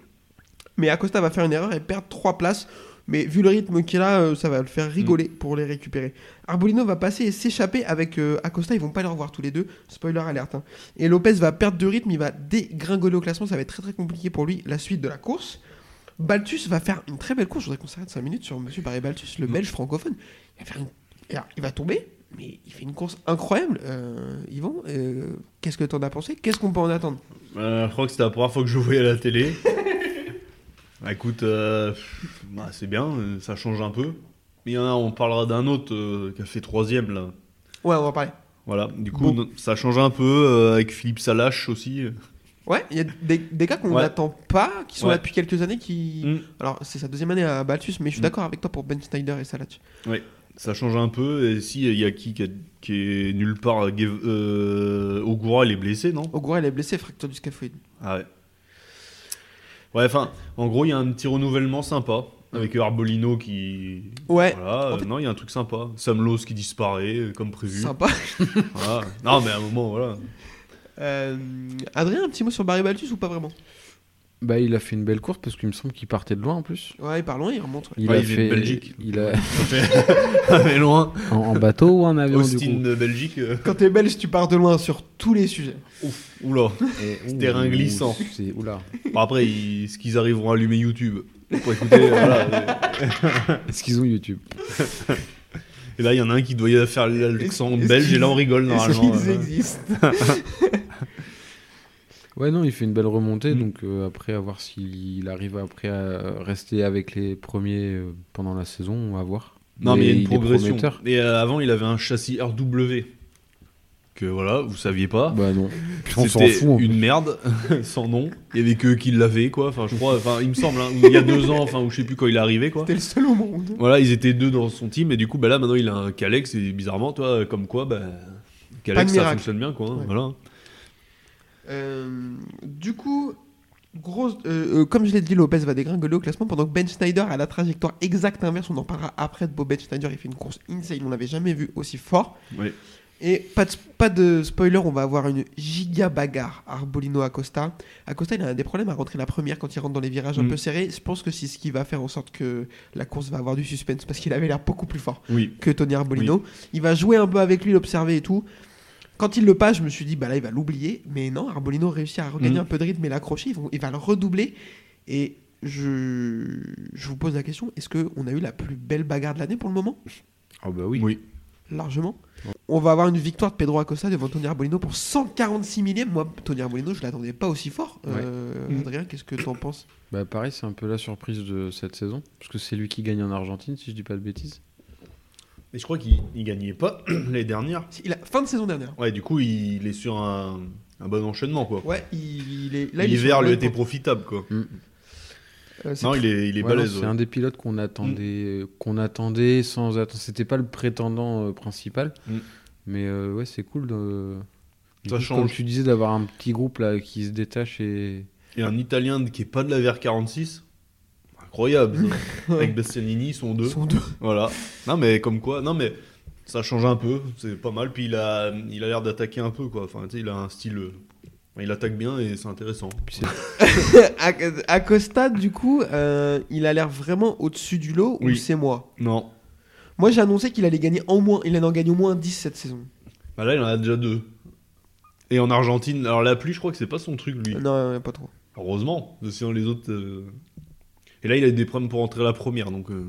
S1: Mais Acosta va faire une erreur et perdre 3 places. Mais vu le rythme qu'il a, euh, ça va le faire rigoler pour les récupérer. Arbolino va passer et s'échapper avec euh, Acosta. Ils vont pas les revoir tous les deux. Spoiler alerte. hein. Et Lopez va perdre de rythme. Il va dégringoler au classement. Ça va être très très compliqué pour lui la suite de la course. Baltus va faire une très belle course. Je voudrais qu'on s'arrête 5 minutes sur Monsieur Barry Baltus, le belge francophone. Il va, faire une- et alors, il va tomber, mais il fait une course incroyable. Euh, Yvon, euh, qu'est-ce que t'en as pensé Qu'est-ce qu'on peut en attendre
S3: Euh, je crois que c'était la première fois que je le voyais à la télé. Bah, écoute, euh, pff, bah, c'est bien, euh, ça change un peu. Mais il y en a, on parlera d'un autre euh, qui a fait troisième là.
S1: Ouais, on va parler.
S3: Voilà, du coup,
S1: Bon.
S3: no- ça change un peu euh, avec Philippe Salache aussi.
S1: Ouais, il y a des, des gars qu'on
S3: Ouais.
S1: n'attend pas, qui sont
S3: Ouais.
S1: là depuis quelques années, qui.
S3: Mm.
S1: Alors, c'est sa deuxième année à Baltus, mais je suis
S3: Mm.
S1: d'accord avec toi pour Ben Snyder et Salat.
S3: Ça change un peu. Et si, il y a qui qui, a- qui est nulle part euh, Gev- euh, Ogura, il est blessé, non
S1: Ogura, il est blessé, fracture du scaphoïde.
S3: Ah ouais. Ouais, enfin, en gros, il y a un petit renouvellement sympa avec Arbolino qui.
S1: Ouais,
S3: Voilà,
S1: en
S3: euh,
S1: fait-
S3: non, il y a un truc sympa. Sam Lowe qui disparaît euh, comme prévu.
S1: sympa.
S3: Voilà. Non, mais à un moment, voilà.
S1: Euh, Adrien, un petit mot sur Barry Baltus ou pas vraiment
S2: Bah, il a fait une belle course parce qu'il me semble qu'il partait de loin en plus.
S1: Ouais, il part loin, il remonte. ouais.
S2: Il
S3: Ouais,
S2: a
S3: il vient de
S2: fait.
S3: Belgique.
S2: Il a
S3: Ça fait mais loin.
S2: en, en bateau ou en avion
S3: Austin,
S2: du coup
S3: euh, Belgique. euh,
S1: Quand t'es belge, tu pars de loin sur tous les sujets.
S3: Ouf, oula.
S2: Et-
S3: terrain
S2: Eh, ouh,
S3: glissant.
S2: c'est- Oula.
S3: Bon, après, ils- ce qu'ils arriveront à allumer YouTube. Pour écouter, euh, voilà.
S2: Est-ce qu'ils ont YouTube
S3: Et là, il y en a un qui doit faire l'accent
S1: Est-ce- est-ce
S3: belge, et
S1: qu'ils-
S3: là, on rigole
S1: Est-ce
S3: normalement.
S1: qu'ils
S3: euh.
S1: existent
S2: Ouais, non, il fait une belle remontée,
S3: Mm.
S2: donc euh, après, à voir s'il arrive après à rester avec les premiers euh, pendant la saison, on va voir.
S3: Non, mais il y a une
S2: est
S3: progression.
S2: prometteur.
S3: Et euh, avant, il avait un châssis RW. Que voilà, vous saviez pas.
S2: Bah non, Puis on s'en
S3: Ah. C'était
S2: fout. hein.
S3: une merde, sans nom. Il y avait que eux qui l'avaient, quoi. Enfin, je crois, enfin, il me semble, hein, ou il y a deux ans, enfin, ou je sais plus quand il est arrivé, quoi.
S1: T'es le seul au monde.
S3: Voilà, ils étaient deux dans son team, et du coup, bah là, maintenant, il a un Calex, et bizarrement, toi, comme quoi, bah. Calex,
S1: de
S3: ça
S1: miracle.
S3: fonctionne bien, quoi. hein,
S1: Ouais.
S3: Voilà.
S1: Euh, du coup, grosse, euh, euh, comme je l'ai dit, Lopez va dégringoler au classement pendant que Ben Snyder a la trajectoire exacte inverse. On en parlera après de Bob Ben Snyder. Il fait une course insane, on l'avait jamais vu aussi fort.
S3: Oui.
S1: Et pas de, pas de spoiler, on va avoir une giga bagarre Arbolino Acosta. Acosta, il a des problèmes à rentrer la première quand il rentre dans les virages un
S3: Mm.
S1: peu serrés. Je pense que c'est ce qui va faire en sorte que la course va avoir du suspense parce qu'il avait l'air beaucoup plus fort
S3: Oui.
S1: que Tony Arbolino. Il va jouer un peu avec lui, l'observer et tout. Quand il le passe, je me suis dit, bah là, il va l'oublier. Mais non, Arbolino réussit à regagner
S3: Mhm.
S1: un peu de rythme et l'accrocher. Ils vont- Il va le redoubler. Et je, je vous pose la question est-ce qu'on a eu la plus belle bagarre de l'année pour le moment
S2: Ah bah oui.
S1: Largement. On va avoir une victoire de Pedro Acosta devant Tony Arbolino pour 146 millièmes. Moi, Tony Arbolino, je l'attendais pas aussi fort. Euh,
S3: Mhm.
S1: Adrien, qu'est-ce que t'en penses
S2: Bah pareil, c'est un peu la surprise de cette saison, parce que c'est lui qui gagne en Argentine, si je dis pas de bêtises.
S3: Mais je crois qu'il il gagnait pas les dernières.
S1: Si, il a- Fin de saison dernière.
S3: Ouais, du coup, il, il est sur un, un bon enchaînement, quoi.
S1: Ouais, il, il est. là, il est sur
S3: L'hiver
S1: le
S3: lui
S1: bon
S3: était
S1: point.
S3: profitable, quoi.
S1: Euh, c'est
S3: Non,
S1: tr-
S3: il est, il est
S2: Ouais, non,
S3: balèze.
S2: c'est
S3: ouais. Mm.
S2: un des pilotes qu'on attendait, euh, qu'on attendait sans attendre. C'était pas le prétendant euh, principal,
S3: Mm.
S2: mais euh, ouais, c'est cool. De... du
S3: Ça
S2: coup,
S3: change.
S2: Comme tu disais, d'avoir un petit groupe là qui se détache et
S3: Et un Italien qui est pas de la VR46. Incroyable. ça. Avec Bastianini, ils sont deux.
S1: Ils sont deux.
S3: Voilà. Non, mais comme quoi, non, mais ça change un peu, c'est pas mal. Puis il a il a l'air d'attaquer un peu, quoi. Enfin, tu sais, il a un style. euh, Il attaque bien et c'est intéressant.
S2: puis c'est-
S1: Ac- Acosta, du coup, euh, il a l'air vraiment au-dessus du lot ou
S3: Oui.
S1: c'est moi
S3: Non.
S1: Moi, j'ai annoncé qu'il allait gagner en moins. Il en a gagné au moins 10 cette saison.
S3: Bah là, il en a déjà deux. Et en Argentine, alors la pluie, je crois que c'est pas son truc, lui.
S1: Non, euh, pas trop.
S3: Heureusement, parce que sinon les autres. euh, Et là, il a des problèmes pour entrer à la première, donc. euh,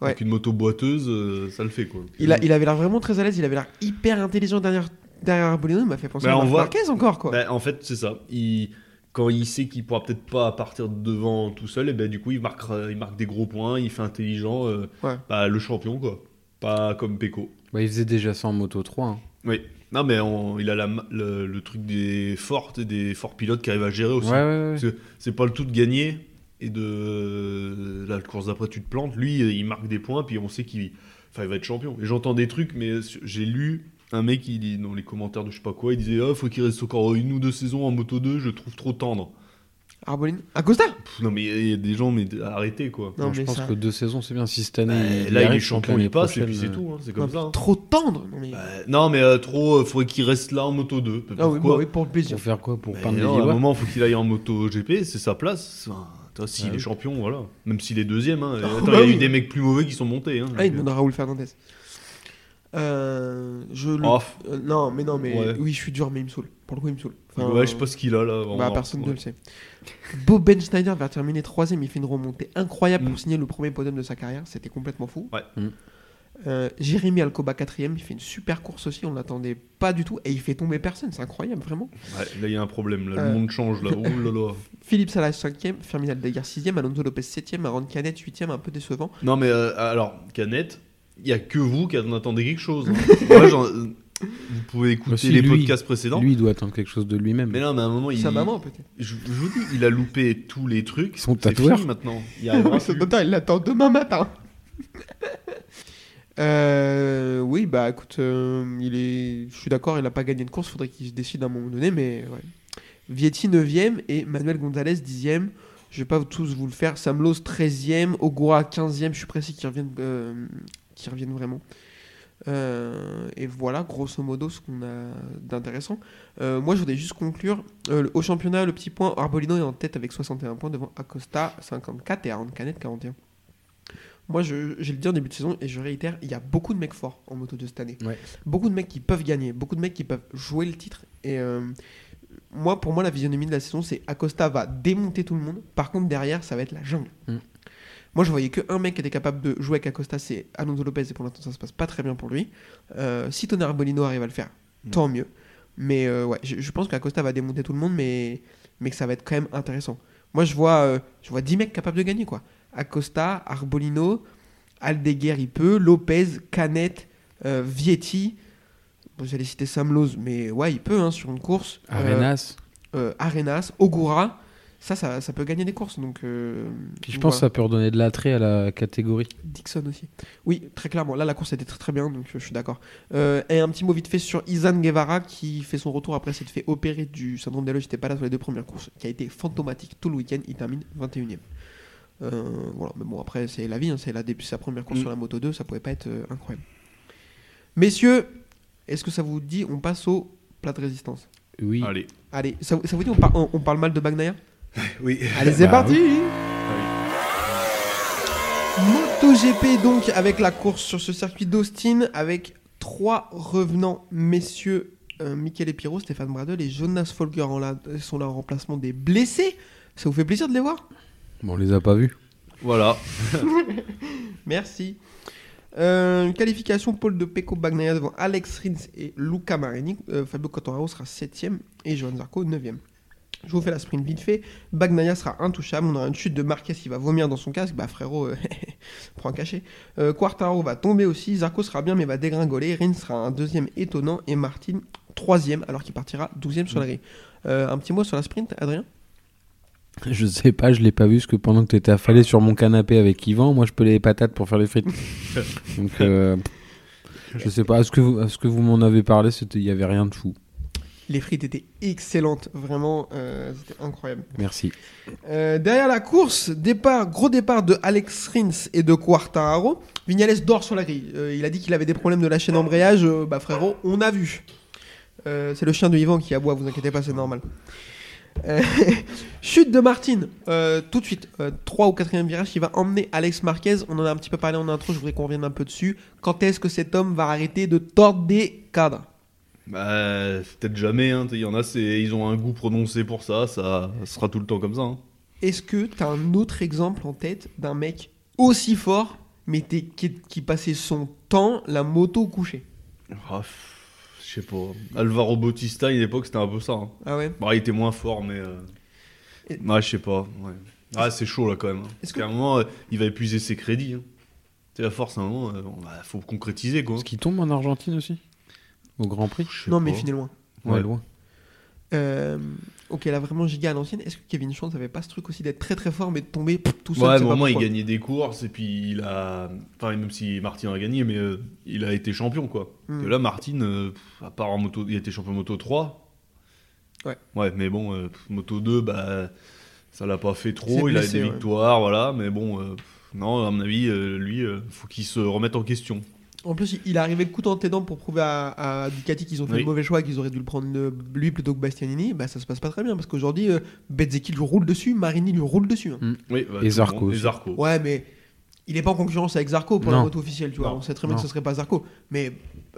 S1: Ouais.
S3: Avec une moto boiteuse, euh, ça le fait, quoi.
S1: Il, a, il avait l'air vraiment très à l'aise. Il avait l'air hyper intelligent derrière, derrière Arbolino. Il m'a fait penser
S3: Bah,
S1: à
S3: on
S1: Marc
S3: voit-
S1: Marquez encore, quoi.
S3: Bah, en fait, c'est ça. Il... Quand il sait qu'il pourra peut-être pas partir devant tout seul, et ben du coup, il marque, il marque des gros points, il fait intelligent. euh,
S1: Ouais.
S3: bah, le champion, quoi. Pas comme Peko.
S2: bah, il faisait déjà ça en moto 3. hein.
S3: Oui. Non, mais on- il a la ma- le, le truc des fortes et des forts pilotes qui arrivent à gérer
S2: Ouais,
S3: aussi.
S2: ouais, ouais.
S3: Parce que c'est pas le tout de gagner et de la course d'après tu te plantes. Lui, euh, il marque des points puis on sait qu'il enfin, il va être champion. Et j'entends des trucs, mais su- j'ai lu un mec qui dit dans les commentaires de je sais pas quoi, il disait oh, faut qu'il reste encore une ou deux saisons en moto 2, je le trouve trop tendre.
S1: Arbolino Acosta
S3: Pff, non mais il y a des gens mais d- arrêtez quoi.
S1: Non,
S2: Donc, je
S1: mais
S2: pense
S1: ça-
S2: que deux saisons, c'est bien. Si cette
S3: Bah,
S2: année,
S3: là il est
S2: arrive,
S3: champion,
S2: donc
S3: il
S2: l'année
S3: passe et puis
S2: prochaine, euh,
S3: c'est tout, hein, c'est comme
S1: Non,
S3: ça. hein.
S1: Ah, Trop tendre. Non, mais...
S3: Bah, non mais euh, trop, euh, faudrait qu'il reste là en moto 2.
S1: Ah oui,
S3: Pourquoi
S1: bah oui, pour le plaisir.
S2: Pour faire quoi Pour
S3: Mais
S2: peindre des
S3: non, à un
S2: Lillois
S3: moment, faut qu'il aille en moto GP, c'est sa place. Enfin, toi, s'il
S2: Ouais.
S3: est champion, voilà. Même s'il est deuxième, hein. Et
S1: Ah,
S3: attends,
S1: bah
S3: il y a
S1: oui.
S3: eu des mecs plus mauvais qui sont montés. Hein,
S1: Ah, il
S3: Donc,
S1: demande à Raoul Fernandez. Euh, je le-
S3: off.
S1: Euh, non, mais non, mais
S3: Oh. Ouais.
S1: oui, je suis dur, mais il me saoule. Pour le coup, il me saoule. Enfin,
S3: ouais, je sais pas ce qu'il a là.
S1: bah,
S3: vraiment.
S1: personne ne
S3: Ouais.
S1: le sait. Bob Ben Schneider va terminer troisième. Il fait une remontée incroyable
S3: Mm.
S1: pour signer le premier podium de sa carrière. C'était complètement fou.
S3: Ouais.
S2: Mm.
S1: Euh, Jérémy Alcoba quatrième. Il fait une super course aussi. On l'attendait pas du tout. Et il fait tomber personne. C'est incroyable, vraiment.
S3: Ouais, là, il y a un problème. Là,
S1: Euh.
S3: Le monde change là. Ouh là là.
S1: Philippe Salas cinquième. Fermin Aldeguer sixième. Alonso Lopez septième. Aaron Canet huitième. Un peu décevant.
S3: Non, mais euh, alors, Canette, il y a que vous qui en attendez quelque chose. hein. Moi, j'en- euh, vous pouvez
S1: Bah,
S3: écouter
S2: Aussi,
S3: les
S2: lui.
S3: podcasts précédents.
S2: Lui, il doit attendre quelque chose de lui-même.
S3: Mais non, mais à un moment, il.
S1: Sa maman peut-être.
S3: Je, je vous dis, il a loupé tous les trucs.
S2: Son
S3: C'est
S2: tatoueur.
S3: fini maintenant. Il y a
S1: Ce docteur, il l'attend demain matin. Euh, oui, bah écoute, euh, il est... je suis d'accord, il n'a pas gagné de course, faudrait qu'il se décide à un moment donné, mais ouais. Vietti 9ème et Manuel Gonzalez 10ème. Je vais pas tous vous le faire. Samlos 13ème, Ogura 15ème, je suis pressé qu'ils reviennent, euh, qu'ils reviennent vraiment. Euh, et voilà, grosso modo, ce qu'on a d'intéressant. Euh, moi, je voudrais juste conclure. Euh, le- au championnat, le petit point, Arbolino est en tête avec 61 points devant Acosta 54 et Aaron Canet 41. Moi, je, je le dis en début de saison et je réitère, il y a beaucoup de mecs forts en moto de cette année.
S2: Ouais.
S1: Beaucoup de mecs qui peuvent gagner, beaucoup de mecs qui peuvent jouer le titre. Et euh, moi, pour moi, la visionomie de la saison, c'est Acosta va démonter tout le monde. Par contre, derrière, ça va être la jungle.
S2: Mm.
S1: Moi, je voyais qu'un mec qui était capable de jouer avec Acosta, c'est Alonso Lopez, et pour l'instant, ça se passe pas très bien pour lui. Euh, si Tonnerre Bolino arrive à le faire,
S3: Mm.
S1: tant mieux. Mais euh, ouais, je, je pense qu'Acosta va démonter tout le monde, mais, mais que ça va être quand même intéressant. Moi, je vois, euh, je vois 10 mecs capables de gagner, quoi. Acosta, Arbolino, Aldeguer, il peut, Lopez, Canet, euh, Vietti. Bon, J'allais citer Sam Lowe, mais ouais, il peut hein, sur une course. Euh,
S2: Arenas.
S1: euh, Arenas, Ogura, ça, ça, ça peut gagner des courses. Donc, euh,
S2: Puis je
S1: donc
S2: pense
S1: voilà.
S2: que ça peut redonner de l'attrait à la catégorie.
S1: Dixon aussi. Oui, très clairement. Là, la course était très très bien, donc euh, je suis d'accord. Euh, et un petit mot vite fait sur Izan Guevara qui fait son retour après s'être fait opérer du syndrome d'Eloge. J'étais pas là sur les deux premières courses, qui a été fantomatique tout le week-end. Il termine 21 e Euh, voilà, mais bon, après, c'est la vie. hein, c'est la début, sa première course
S3: Mm.
S1: sur la moto 2, ça pouvait pas être euh, incroyable. Messieurs, est-ce que ça vous dit on passe au plat de résistance
S2: Oui.
S3: Allez.
S1: Allez, ça, vous- ça vous dit on, par- on- on parle mal de Bagnaia
S3: Oui.
S1: Allez, c'est
S2: Bah
S1: parti MotoGP donc avec la course sur ce circuit d'Austin avec trois revenants messieurs euh, Michele Pirro, Stéphane Bradel et Jonas Folger en la- sont là en remplacement des blessés. Ça vous fait plaisir de les voir
S2: Bon, on les a pas vus.
S3: Voilà.
S1: Merci. Euh, une qualification Paul de Pecco Bagnaia devant Alex Rins et Luca Marini. Euh, Fabio Quattararo sera 7ème et Johan Zarco 9ème. Je vous fais la sprint vite fait. Bagnaia sera intouchable. On aura une chute de Marquez qui va vomir dans son casque. Bah frérot, euh, prends un cachet. Euh, Quartaro va tomber aussi. Zarco sera bien mais va dégringoler. Rins sera un deuxième étonnant et Martin troisième alors qu'il partira 12ème sur la grille. Euh, un petit mot sur la sprint, Adrien
S2: Je sais pas, je l'ai pas vu, parce que pendant que tu étais affalé sur mon canapé avec Yvan, moi je pelais les patates pour faire les frites. Donc, euh, je sais pas, est-ce que vous, est-ce que vous m'en avez parlé c'était- Il y avait rien de fou.
S1: Les frites étaient excellentes, vraiment, euh, c'était incroyable.
S2: Merci.
S1: Euh, derrière la course, départ, gros départ de Alex Rins et de Quartararo. Vignales dort sur la grille. Euh, il a dit qu'il avait des problèmes de la chaîne embrayage. Euh, bah frérot, on a vu. Euh, c'est le chien de Yvan qui aboie, vous inquiétez pas, c'est normal. Euh, chute de Martine, Euh, tout de suite, 3 ou 4 virage qui va emmener Alex Marquez. On en a un petit peu parlé en intro, je voudrais qu'on revienne un peu dessus. Quand est-ce que cet homme va arrêter de tordre des cadres
S3: Bah, c'est peut-être jamais, hein. t'sais, il y en a, c'est, ils ont un goût prononcé pour ça, ça sera tout le temps comme ça. hein.
S1: Est-ce que t'as un autre exemple en tête d'un mec aussi fort, mais t'es- qui, qui passait son temps la moto couchée
S3: Ah, pff, je sais pas. Alvaro Bautista, à une époque, c'était un peu ça. hein.
S1: Ah ouais
S3: Bah, il était moins fort, mais. euh,
S1: Et-
S3: Ouais, je sais pas. ouais. Ah, c'est chaud là quand même. hein.
S1: Est-ce
S3: Parce
S1: que-
S3: qu'à un moment, euh, il va épuiser ses crédits. Hein. Tu sais, à force, à un moment, euh, bon, bah, faut concrétiser quoi.
S2: Est-ce qu'il tombe en Argentine aussi Au Grand Prix
S3: Je sais
S1: Non,
S3: pas.
S1: mais finis loin.
S2: Ouais,
S3: Ouais.
S2: loin.
S1: Euh, ok, là vraiment giga à l'ancienne. Est-ce que Kevin Chance avait pas ce truc aussi d'être très très fort, mais de tomber pff, tout seul
S3: Ouais,
S1: tu sais
S3: mais au
S1: pas
S3: moins, il
S1: pourquoi
S3: gagnait des courses et puis il a. Enfin, même si Martin a gagné, mais euh, il a été champion quoi.
S1: Hmm.
S3: Et là, Martin, euh, pff, à part en moto, il était champion moto 3.
S1: Ouais.
S3: Ouais, mais bon, euh, pff, moto 2, bah, ça l'a pas
S1: Il
S3: fait
S1: s'est
S3: trop. Il
S1: blessé,
S3: a eu des
S1: ouais.
S3: victoires, voilà, mais bon. euh, pff, non, à mon avis, euh, lui, euh, faut qu'il se remette en question.
S1: En plus, il- il est arrivé coup dans tes dents pour prouver à, à Ducati qu'ils ont fait
S3: Oui.
S1: le mauvais choix, qu'ils auraient dû le prendre le- lui plutôt que Bastianini. Bah ça se passe pas très bien parce qu'aujourd'hui, euh, Bezzecchi lui roule dessus, Marini lui roule dessus. hein.
S3: Oui, bah,
S2: Et
S3: tout le
S2: Zarco
S3: monde- et
S2: aussi.
S3: Zarco.
S1: Ouais, mais il n'est pas en concurrence avec Zarco pour la
S2: Non.
S1: moto officielle, tu vois.
S3: Non.
S1: On sait très bien que
S2: Non.
S1: ce serait pas Zarco. Mais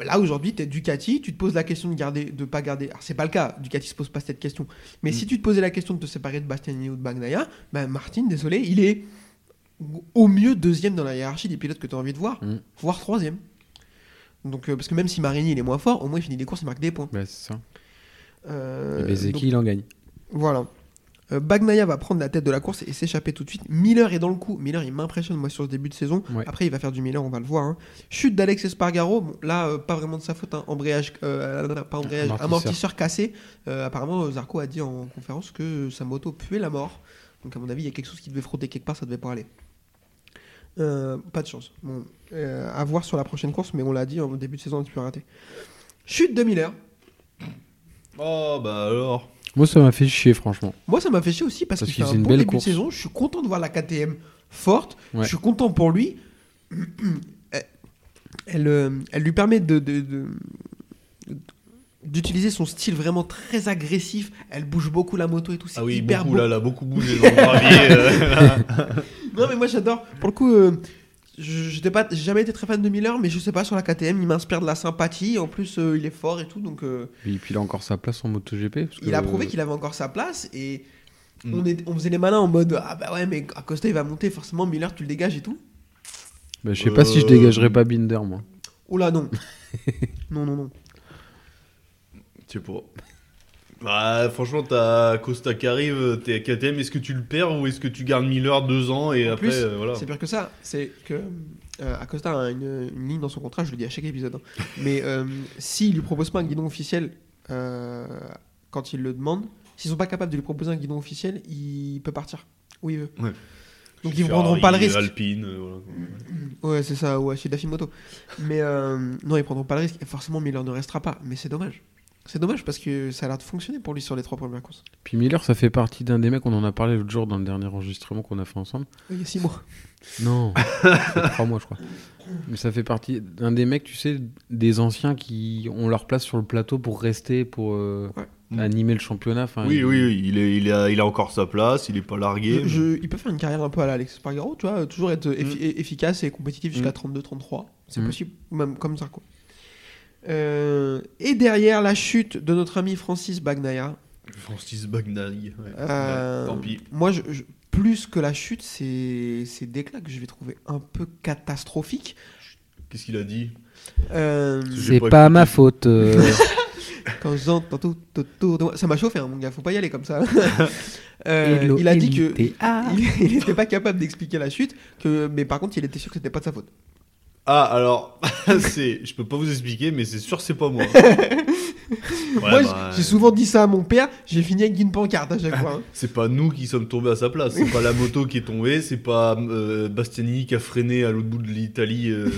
S1: là, aujourd'hui, tu es Ducati, tu te poses la question de garder, de pas garder. Alors, c'est pas le cas, Ducati se pose pas cette question.
S2: Mm.
S1: Mais si tu te posais la question de te séparer de Bastianini ou de Bagnaia, ben Martin, désolé, il est au mieux deuxième dans la hiérarchie des pilotes que tu as envie de voir,
S2: Mm.
S1: voire troisième. Donc, euh, parce que même si Marini il est moins fort, au moins il finit les courses, il marque des points.
S2: Bah, c'est ça.
S1: Euh,
S2: Et Bezeki,
S1: donc,
S2: il en gagne.
S1: voilà. Euh, Bagnaia va prendre la tête de la course et s'échapper tout de suite. Miller est dans le coup. Miller, il m'impressionne, moi, sur ce début de saison.
S2: Ouais.
S1: Après, il va faire du Miller, on va le voir. hein. Chute d'Alex Espargaro. Bon, là, euh, pas vraiment de sa faute. hein. Embrayage, euh, pas embrayage, amortisseur,
S2: Amortisseur.
S1: cassé. Euh, apparemment, euh, Zarco a dit en conférence que sa moto puait la mort. Donc, à mon avis, il y a quelque chose qui devait frotter quelque part, ça devait pas aller. Euh, pas de chance. Bon, euh, à voir sur la prochaine course, mais on l'a dit en début de saison, un petit peu raté. Chute de Miller.
S3: Oh, bah alors.
S2: Moi, ça m'a fait chier, franchement.
S1: Moi, ça m'a fait chier aussi parce,
S2: Parce
S1: que c'est
S2: qu'il
S1: un
S2: faisait une
S1: bon
S2: belle
S1: début
S2: course.
S1: de saison. Je suis content de voir la KTM forte.
S2: Ouais.
S1: Je suis content pour lui. Elle- elle, euh, elle lui permet de, de- de- d'utiliser son style vraiment très agressif. Elle bouge beaucoup la moto et tout. C'est
S3: Ah oui,
S1: hyper
S3: beaucoup,
S1: beau.
S3: là, là, beaucoup bougé dans le gravier. euh.
S1: Non, mais moi j'adore. Pour le coup, euh, je- j'étais pas, j'ai jamais été très fan de Miller, mais je sais pas sur la KTM, il m'inspire de la sympathie. En plus, euh, il est fort et tout, donc euh,
S2: Et puis, il a encore sa place en MotoGP. Parce
S1: il
S2: que-
S1: a prouvé qu'il avait encore sa place et
S3: Euh. Mm.
S1: on, est- on faisait les malins en mode ah bah ouais mais Acosta il va monter forcément Miller tu le dégages et tout.
S2: Bah, je sais pas si je
S3: Euh,
S2: dégagerais pas Binder, moi.
S1: Oh là non. non non non.
S3: Je sais pas. Bah, franchement, t'as Costa qui arrive, t'es à KTM, est-ce que tu le perds ou est-ce que tu gardes Miller deux ans et
S1: En
S3: après,
S1: plus,
S3: euh, voilà.
S1: C'est pire que ça, c'est que euh, Acosta a une, une ligne dans son contrat, je le dis à chaque épisode. hein. Mais euh, s'il lui propose pas un guidon officiel euh, quand il le demande, s'ils sont pas capables de lui proposer un guidon officiel, il peut partir où il veut.
S3: Ouais.
S1: Donc ils ne
S3: Ferrari,
S1: prendront pas le risque.
S3: Alpine, euh, voilà.
S1: Ouais, c'est ça, ou chez Moto. Mais euh, non, ils prendront pas le risque. Et forcément, Miller ne restera pas. Mais c'est dommage. C'est dommage parce que ça a l'air de fonctionner pour lui sur les trois premières courses.
S2: Puis Miller, ça fait partie d'un des mecs, on en a parlé l'autre jour dans le dernier enregistrement qu'on a fait ensemble.
S1: Il y a six mois.
S2: Non, ça fait trois mois, je crois. Mais ça fait partie d'un des mecs, tu sais, des anciens qui ont leur place sur le plateau pour rester, pour euh,
S1: Ouais.
S3: Mm.
S2: animer le championnat. Enfin,
S3: Oui,
S2: il-
S3: oui, oui, il, est, il, a, il a encore sa place, il Mm. est pas largué.
S1: Je- je- il peut faire une carrière un peu à l'Alex Spargaro, tu vois, toujours être effi- e- efficace et compétitif jusqu'à
S2: Mm.
S1: 32-33. C'est
S2: Mm.
S1: possible, même comme ça, quoi. Euh, et derrière la chute de notre ami Francis Bagnaia,
S3: Francis Bagnaï. ouais.
S1: euh,
S3: Ouais, Ah, tant pis.
S1: moi, je- je- plus que la chute, c'est ces déclats que je vais trouver un peu catastrophiques.
S3: Qu'est-ce qu'il a dit
S1: Euh,
S3: J'ai
S2: C'est
S3: pas
S2: pas,
S3: écouté.
S2: ma faute. euh.
S1: Quand j'entends tout autour de moi- Ça m'a chauffé, hein, mon gars, faut pas y aller comme ça. Euh,
S2: Hello,
S1: il a dit que
S2: LTA.
S1: Ah. il n'était pas capable d'expliquer la chute, que, mais par contre, il était sûr que c'était pas de sa faute.
S3: Ah, alors, c'est, je peux pas vous expliquer, mais c'est sûr c'est pas moi.
S1: Moi,
S3: Ouais, bah,
S1: j'ai souvent dit ça à mon père, j'ai fini avec une pancarte à chaque fois. hein.
S3: C'est pas nous qui sommes tombés à sa place, c'est pas la moto qui est tombée, c'est pas euh, Bastianini qui a freiné à l'autre bout de l'Italie. euh,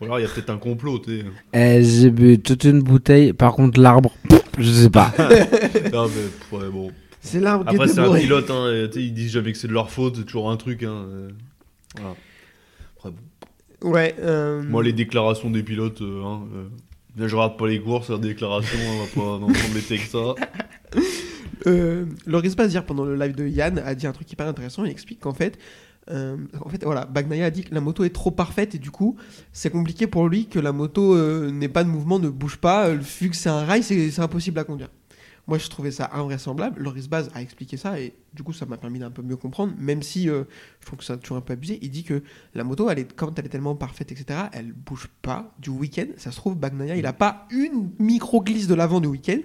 S3: Ou alors il y a peut-être un complot, tu sais.
S2: Euh, j'ai bu toute une bouteille. Par contre, l'arbre, pff, je sais pas.
S3: Non, mais, pff, ouais, bon.
S1: C'est l'arbre qui
S3: Après,
S1: était
S3: c'est un
S1: bourré.
S3: pilote, hein, et, tu sais, ils disent jamais que c'est de leur faute, c'est toujours un truc. Hein, euh, voilà. Après, bon.
S1: Ouais. euh,
S3: Moi, les déclarations des pilotes, euh, hein, euh, bien, je rate pas les courses, la déclaration, hein, on va pas non, s'embêter avec ça. Bah,
S1: euh, Loris Bass, hier, pendant le live de Yann, a dit un truc hyper intéressant. Il explique qu'en fait, euh, en fait, voilà, Bagnaia a dit que la moto est trop parfaite et du coup, c'est compliqué pour lui que la moto euh, n'ait pas de mouvement, ne bouge pas. euh, vu que c'est un rail, c'est c'est impossible à conduire. Moi, je trouvais ça invraisemblable. Loris Baz a expliqué ça et du coup, ça m'a permis d'un peu mieux comprendre, même si euh, je trouve que c'est toujours un peu abusé. Il dit que la moto, elle est, quand elle est tellement parfaite, etc., elle bouge pas du week-end. Ça se trouve, Bagnaia, il a pas une micro-glisse de l'avant du week-end.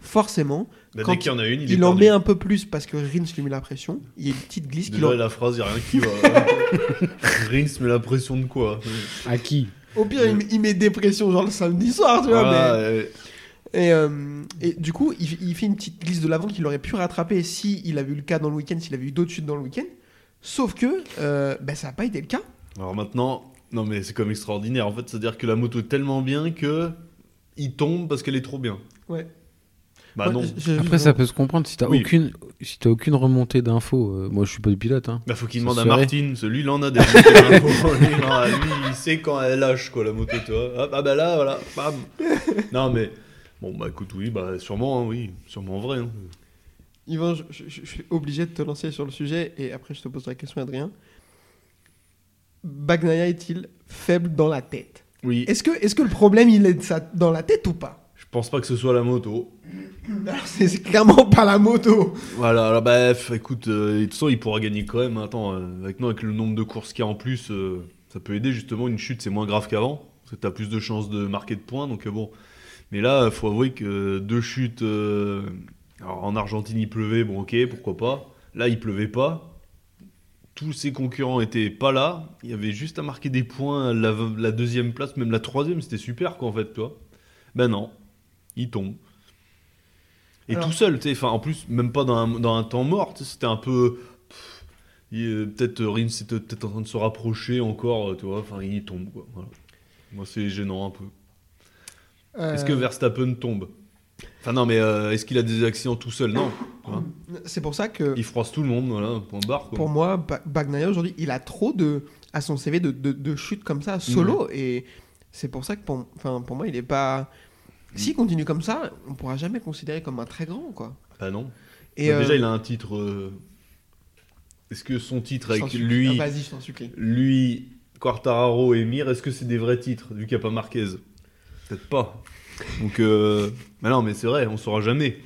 S1: Forcément,
S3: Bah,
S1: Quand
S3: dès qu'il y en a une, il,
S1: il
S3: est
S1: en
S3: perdu.
S1: met un peu plus parce que Rins lui met la pression. Il y a une petite glisse qui
S3: Déjà,
S1: l'en-
S3: la phrase, y a rien qui va. hein. Rins met la pression de quoi
S2: À qui
S1: Au pire, il met, il met dépression genre le samedi soir, tu vois.
S3: Voilà,
S1: mais-
S3: euh,
S1: Et, euh, et du coup, il, il fait une petite glisse de l'avant qu'il aurait pu rattraper si il avait eu le cas dans le week-end, s'il avait eu d'autres chutes dans le week-end. Sauf que euh, bah, ça n'a pas été le cas.
S3: Alors maintenant, non mais c'est comme extraordinaire. En fait, c'est-à-dire que la moto est tellement bien que il tombe parce qu'elle est trop bien.
S1: Ouais.
S3: Bah
S1: Moi,
S3: non.
S1: je- je-
S2: Après, ça peut se comprendre si t'as
S3: Oui.
S2: aucune, si t'as aucune remontée d'infos. euh, moi, je suis pas du pilote. Hein.
S3: Bah faut qu'il
S2: Ça
S3: demande à
S2: serait.
S3: Martine, celui il en a des. hein. Lui, il en a- lui, il sait quand elle lâche quoi la moto, tu vois. Ah, ah, bah là, voilà, bam. non mais bon bah écoute oui, bah sûrement hein, oui, sûrement vrai. hein.
S1: Yvan, je, je- je suis obligé de te lancer sur le sujet et après je te poserai la question, Adrien. Bagnaia est-il faible dans la tête
S3: Oui.
S1: Est-ce que, est que le problème il est de ça dans la tête ou pas
S3: Je pense pas que ce soit la moto.
S1: Alors, C'est c'est clairement pas la moto.
S3: Voilà, alors bah f- écoute, euh, de toute façon il pourra gagner quand même. Attends, euh, avec, non, avec le nombre de courses qu'il y a en plus, euh, ça peut aider justement. Une chute c'est moins grave qu'avant, parce que t'as plus de chances de marquer de points, donc euh, bon. Mais là, faut avouer que euh, deux chutes. euh, alors, en Argentine il pleuvait, bon ok, pourquoi pas. Là il pleuvait pas. Tous ses concurrents étaient pas là. Il y avait juste à marquer des points la, la deuxième place, même la troisième, c'était super quoi en fait, toi. Ben non, il tombe. Et
S1: Alors-
S3: tout seul, tu sais, enfin, en plus, même pas dans un, dans un temps mort, tu sais, c'était un peu. pff, il, euh, Peut-être euh, Rins était peut-être en train de se rapprocher encore, euh, tu vois, enfin, il tombe, quoi. voilà. Moi, c'est gênant un peu. Est-ce que
S1: Euh,
S3: Verstappen tombe Enfin, non, mais euh, est-ce qu'il a des accidents tout seul Non. Voilà.
S1: C'est pour ça que
S3: Il froisse tout le monde, voilà, point barre, quoi.
S1: pour moi, Ba- Bagnaia aujourd'hui, il a trop de à son CV de, de, de chutes comme ça, solo.
S3: Mm.
S1: Et c'est pour ça que pour, enfin, pour moi, il est pas.
S3: Mm.
S1: S'il continue comme ça, on pourra jamais le considérer comme un très grand, quoi.
S3: Bah, non.
S1: Et
S3: Bah, Déjà,
S1: euh,
S3: il a un titre. euh, Est-ce que son titre
S1: je t'en
S3: avec
S1: supplie.
S3: lui.
S1: Ah, Vas-y, je t'en supplie.
S3: lui, Quartararo et Mir, est-ce que c'est des vrais titres, vu qu'il n'y a pas Marquez Peut-être pas. Donc, euh, bah non, mais c'est vrai, on saura jamais.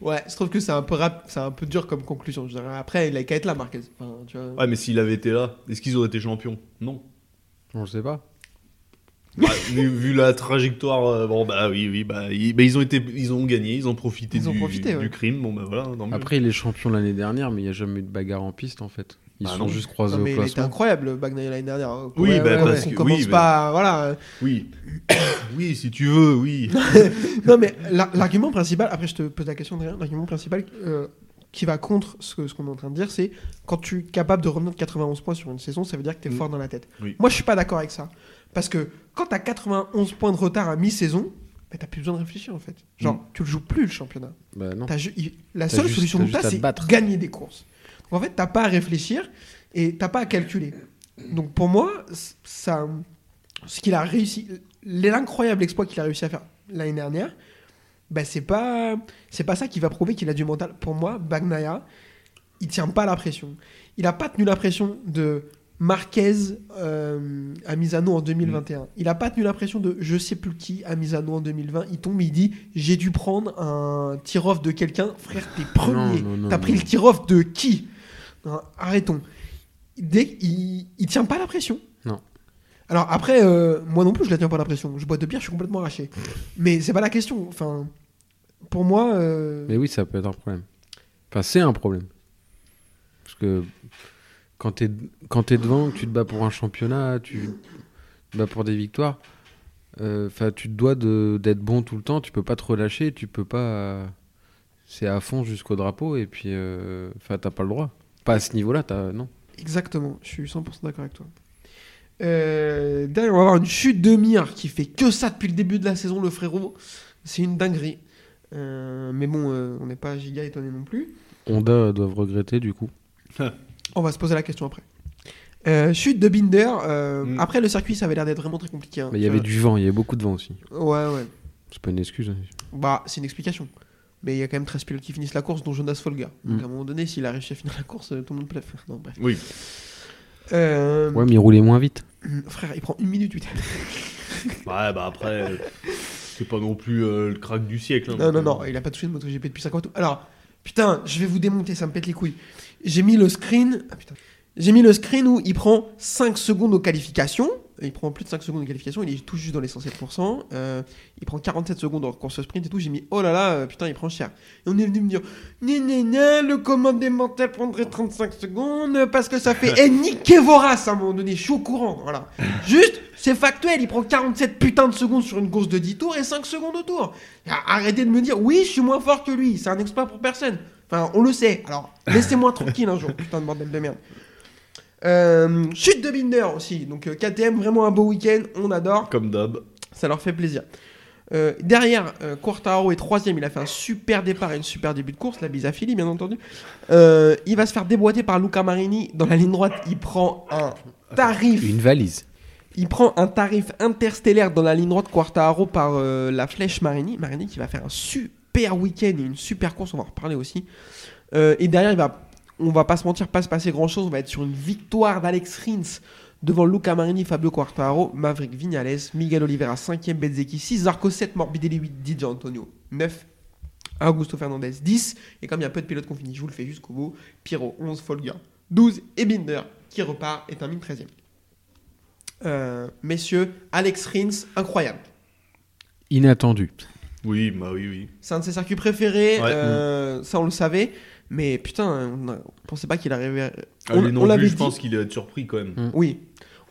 S1: Ouais, je trouve que c'est un peu rap, c'est un peu dur comme conclusion. Je dirais. Après, il a qu'à être là, Marquez. Enfin, tu vois.
S3: Ouais, mais s'il avait été là, est-ce qu'ils auraient été champions Non.
S2: On le sait pas.
S3: Bah, vu, vu la trajectoire, euh, bon, bah oui, oui, bah ils, bah, ils ont été, ils ont gagné, ils ont profité,
S1: Ils
S3: du,
S1: ont profité, ouais.
S3: du crime, bon, bah voilà. tant mieux.
S2: Après, il est champion l'année dernière, mais il n'y a jamais eu de bagarre en piste en fait. Ils
S3: Bah
S2: se
S3: non.
S2: sont juste
S1: Non,
S2: croisés
S1: mais
S2: au
S1: il était
S2: classement.
S1: incroyable, Bagnaia l'année dernière.
S3: Oui, bah,
S1: on
S3: parce que-
S1: commence
S3: oui, bah.
S1: pas, voilà.
S3: Oui, oui, si tu veux, oui.
S1: Non, mais l'ar- l'argument principal, après je te pose la question derrière, l'argument principal euh, qui va contre ce que- ce qu'on est en train de dire, c'est quand tu es capable de revenir de 91 points sur une saison, ça veut dire que tu es
S3: Mm.
S1: fort dans la tête.
S3: Oui.
S1: Moi, je suis pas d'accord avec ça. Parce que quand tu as 91 points de retard à mi-saison, tu t'as plus besoin de réfléchir en fait. Genre,
S3: Mm.
S1: tu le joues plus le championnat.
S2: Bah non.
S1: T'as ju- il- la
S2: T'as
S1: seule
S2: juste-
S1: solution
S2: t'as
S1: que
S2: juste
S1: t'as,
S2: à te
S1: c'est
S2: battre.
S1: gagner des courses. Donc, en fait, t'as pas à réfléchir et t'as pas à calculer. Donc pour moi, c- ça, ce qu'il a réussi, l'incroyable exploit qu'il a réussi à faire l'année dernière, bah c'est pas, c'est pas ça qui va prouver qu'il a du mental. Pour moi, Bagnaia, il tient pas la pression. Il a pas tenu la pression de Marquez euh, à Misano en 2021.
S2: Mm.
S1: Il a pas tenu la pression de je sais plus qui à Misano en 2020. Il tombe, il dit j'ai dû prendre un tir-off de quelqu'un. Frère, t'es premier.
S2: non, non,
S1: T'as pris
S2: non.
S1: le tir-off de qui Hein, Arrêtons. Dès, il, il tient pas la pression.
S2: Non.
S1: Alors après, euh, moi non plus, je la tiens pas la pression. Je bois de bière, je suis complètement arraché. Mais c'est pas la question. Enfin, pour moi, euh,
S2: Mais oui, ça peut être un problème. Enfin, c'est un problème. Parce que quand t'es quand es devant, que tu te bats pour un championnat, tu bah, pour des victoires, euh, 'fin, tu te dois de- d'être bon tout le temps, tu peux pas te relâcher, tu peux pas. euh, C'est à fond jusqu'au drapeau, et puis. euh, Enfin, t'as pas le droit. Pas à ce niveau-là, t'as. Non.
S1: Exactement, je suis 100% d'accord avec toi. Euh, derrière, on va avoir une chute de mire qui fait que ça depuis le début de la saison, le frérot. C'est une dinguerie. Euh, mais bon, euh, on n'est pas giga étonné non plus.
S2: Honda euh, doivent regretter, du coup.
S1: On va se poser la question après. Euh, chute de Binder. euh,
S3: Mm.
S1: Après, le circuit, ça avait l'air d'être vraiment très compliqué. hein.
S2: Mais Bah, il y avait du vent, il y avait beaucoup de vent aussi.
S1: Ouais, ouais.
S2: C'est pas une excuse. hein.
S1: Bah, c'est une explication. Mais il y a quand même 13 pilotes qui finissent la course, dont Jonas Folga. Donc à
S2: Mm.
S1: un moment donné, s'il a réussi à finir la course, euh, tout le monde plaît. Non, bref.
S3: Oui.
S1: Euh,
S2: Ouais, mais il roulait moins vite.
S1: Frère, il prend une minute 8.
S3: Ouais, bah après, euh, c'est pas non plus euh, le crack du siècle. hein.
S1: Non, non, non, il a pas touché de MotoGP depuis 50 ans. Alors, putain, je vais vous démonter, ça me pète les couilles. J'ai mis le screen. Ah, putain. J'ai mis le screen où il prend 5 secondes aux qualifications. Il prend plus de 5 secondes aux qualifications, il est tout juste dans les 107%. Euh, il prend 47 secondes en course sprint et tout. J'ai mis oh là là, euh, putain, il prend cher. Et on est venu me dire Né, né, né, le commandé mental prendrait 35 secondes parce que ça fait. Et niquez vos races à un moment donné, je suis au courant. Voilà. Juste, c'est factuel, il prend 47 putains de secondes sur une course de 10 tours et 5 secondes au tour. Arrêtez de me dire, oui, je suis moins fort que lui, c'est un exploit pour personne. Enfin, on le sait, alors laissez-moi tranquille un jour, putain de bordel de merde. Euh, chute de Binder aussi, donc euh, KTM, vraiment un beau week-end, on adore,
S3: Comme d'hab.
S1: ça leur fait plaisir. Euh, derrière, euh, Quartaro est troisième, il a fait un super départ et un super début de course, la bise à Philly bien entendu. Euh, il va se faire déboîter par Luca Marini dans la ligne droite, il prend un tarif.
S2: Une valise.
S1: Il prend un tarif interstellaire dans la ligne droite Quartaro par euh, la flèche Marini. Marini qui va faire un super week-end et une super course, on va en reparler aussi. Euh, et derrière, il va, on va pas se mentir, pas se passer grand-chose. On va être sur une victoire d'Alex Rins devant Luca Marini, Fabio Quartaro, Maverick Vignales, Miguel Oliveira 5e, Bezzecchi 6, Zarco 7, Morbidelli 8, Di Antonio 9. Augusto Fernandez 10, et comme il y a peu de pilotes qu'on finit, je vous le fais jusqu'au bout. Pierrot 11, Folger 12, et Binder qui repart et termine 13e. Euh, messieurs, Alex Rins, incroyable.
S2: Inattendu.
S3: Oui, bah oui, oui.
S1: C'est un de ses circuits préférés,
S3: Ouais.
S1: euh, ça on le savait, mais putain, on ne pensait pas qu'il arrivait.
S3: Ah,
S1: on
S3: lui non
S1: on
S3: plus,
S1: l'avait
S3: je
S1: dit- Mm.
S3: pense qu'il doit être surpris quand même.
S1: Oui.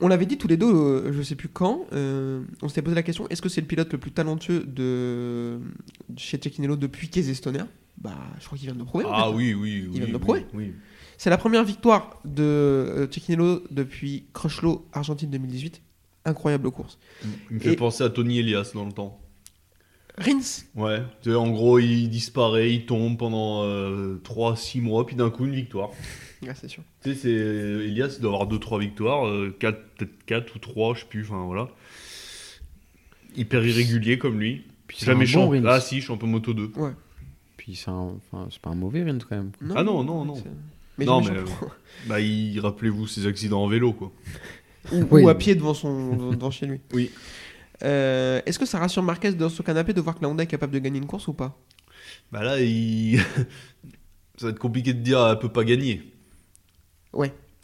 S1: On l'avait dit tous les deux, euh, je sais plus quand, euh, on s'était posé la question est-ce que c'est le pilote le plus talentueux de chez Cecchinello depuis qu'est Estoner Bah, je crois qu'il vient de le prouver. en
S3: Ah
S1: fait.
S3: oui, oui, oui.
S1: Il vient de le
S3: oui,
S1: prouver.
S3: Oui.
S1: C'est la première victoire de euh, Cecchinello depuis Crushlow Argentine 2018. Incroyable course.
S3: Il me fait
S1: Et-
S3: penser à Tony Elias dans le temps.
S1: Rins,
S3: Ouais. Tu sais, en gros, il disparaît, il tombe pendant 3-6 mois, puis d'un coup, une victoire.
S1: Ah, c'est sûr.
S3: Tu sais, c'est Elias il doit avoir 2-3 victoires, euh, quatre- peut-être 4 ou 3, je sais plus, enfin voilà. Hyper irrégulier comme lui.
S2: Puis
S3: C'est la méchant.
S2: bon Rins.
S3: ah si, je suis un peu moto 2.
S2: Puis c'est un- enfin, c'est pas un mauvais Rins quand même.
S3: Ah non, non, non.
S1: c'est- Mais
S3: Non,
S1: j'ai
S3: mais,
S1: méchant-
S3: Bah, il, rappelez-vous ses accidents en vélo, quoi.
S1: ou,
S2: Oui.
S1: ou à pied devant, son, devant chez lui.
S3: Oui.
S1: Euh, Est-ce que ça rassure Marquez dans son canapé de voir que la Honda est capable de gagner une course ou pas
S3: Bah là, il... ça va être compliqué de dire, elle peut pas gagner.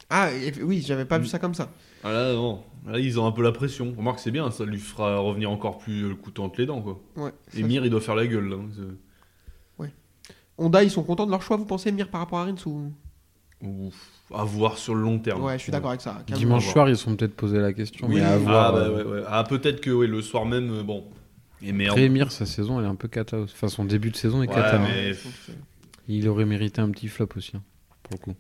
S1: Ah et- oui, j'avais pas vu
S3: Mm.
S1: ça comme ça.
S3: Ah là, non. Là, ils ont un peu la pression. Remarque, c'est bien, ça lui fera revenir encore plus euh, le couteau entre les dents, quoi.
S1: Ouais,
S3: Et
S1: ça-
S3: Mir, il doit faire la gueule, là. C'est-
S1: Honda, ils sont contents de leur choix, vous pensez, Mir, par rapport à Rins ou...
S3: Ouf. À voir sur le long terme.
S1: Ouais, je suis d'accord avec ça. carrément.
S2: Dimanche
S3: voir.
S2: soir, ils se sont peut-être posé la question.
S3: Oui,
S2: mais à
S3: ah,
S2: voir,
S3: bah,
S2: euh,
S3: ouais, ouais. Ah, peut-être que ouais, le soir même, euh, bon. Et merde.
S2: Après, Mir, sa saison, elle est un peu cata. aussi. Enfin, son début de saison est
S3: Ouais,
S2: cata. hein.
S3: mais-
S1: euh,
S2: Il aurait mérité un petit flop aussi, hein, pour le coup.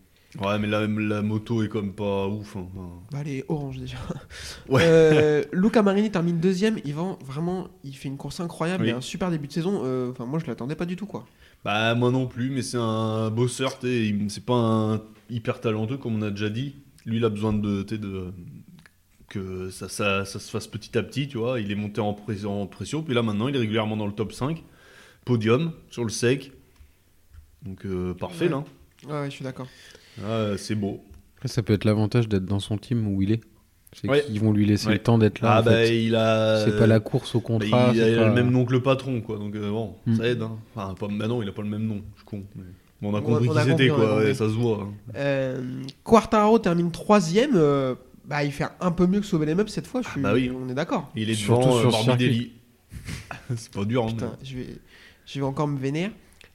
S3: Ouais, mais la, la moto est comme pas ouf. hein. Enfin,
S1: Bah, elle est orange déjà.
S3: Ouais.
S1: Euh, Luca Marini termine deuxième. Il vend vraiment, il fait une course incroyable.
S3: Oui.
S1: et un super début de saison. Euh, Enfin, moi, je l'attendais pas du tout, quoi.
S3: Bah, moi non plus, mais c'est un bosseur, tu sais, il- C'est pas un hyper talentueux, comme on a déjà dit. Lui, il a besoin de. tu sais, de que ça, ça- ça se fasse petit à petit, tu vois. Il est monté en, pré- en pression, puis là, maintenant, il est régulièrement dans le top 5. Podium, sur le sec. Donc, euh, parfait,
S1: Ouais.
S3: là.
S1: Ouais, ouais, je suis d'accord.
S3: Ah, c'est beau.
S2: Après, ça peut être l'avantage d'être dans son team où il est. C'est
S3: Ouais.
S2: qu'ils vont lui laisser
S3: Ouais.
S2: le temps d'être là.
S3: ah,
S2: en
S3: bah,
S2: fait.
S3: il a.
S2: C'est pas la course au
S3: Bah,
S2: contrat.
S3: il
S2: c'est
S3: a
S2: pas-
S3: le même nom que le patron, quoi. Donc euh, bon,
S2: Hmm.
S3: ça aide. Hein. Enfin, pas- bah non, il a pas le même nom. Je suis con. mais- mais on a
S1: On-
S3: compris
S1: on
S3: qui
S1: a
S3: c'était,
S1: compris, on a
S3: quoi.
S1: compris.
S3: ouais, ça se voit. hein.
S1: Euh, Quartaro termine troisième. euh, bah, il fait un peu mieux que sauver les meubles cette fois. Je suis,
S3: bah oui.
S1: On est d'accord.
S3: Et Il est
S2: Surtout
S3: devant euh,
S2: sur ce
S3: Morbidelli. C'est pas dur, hein, mais-
S1: Putain, je vais, je vais encore me vénère.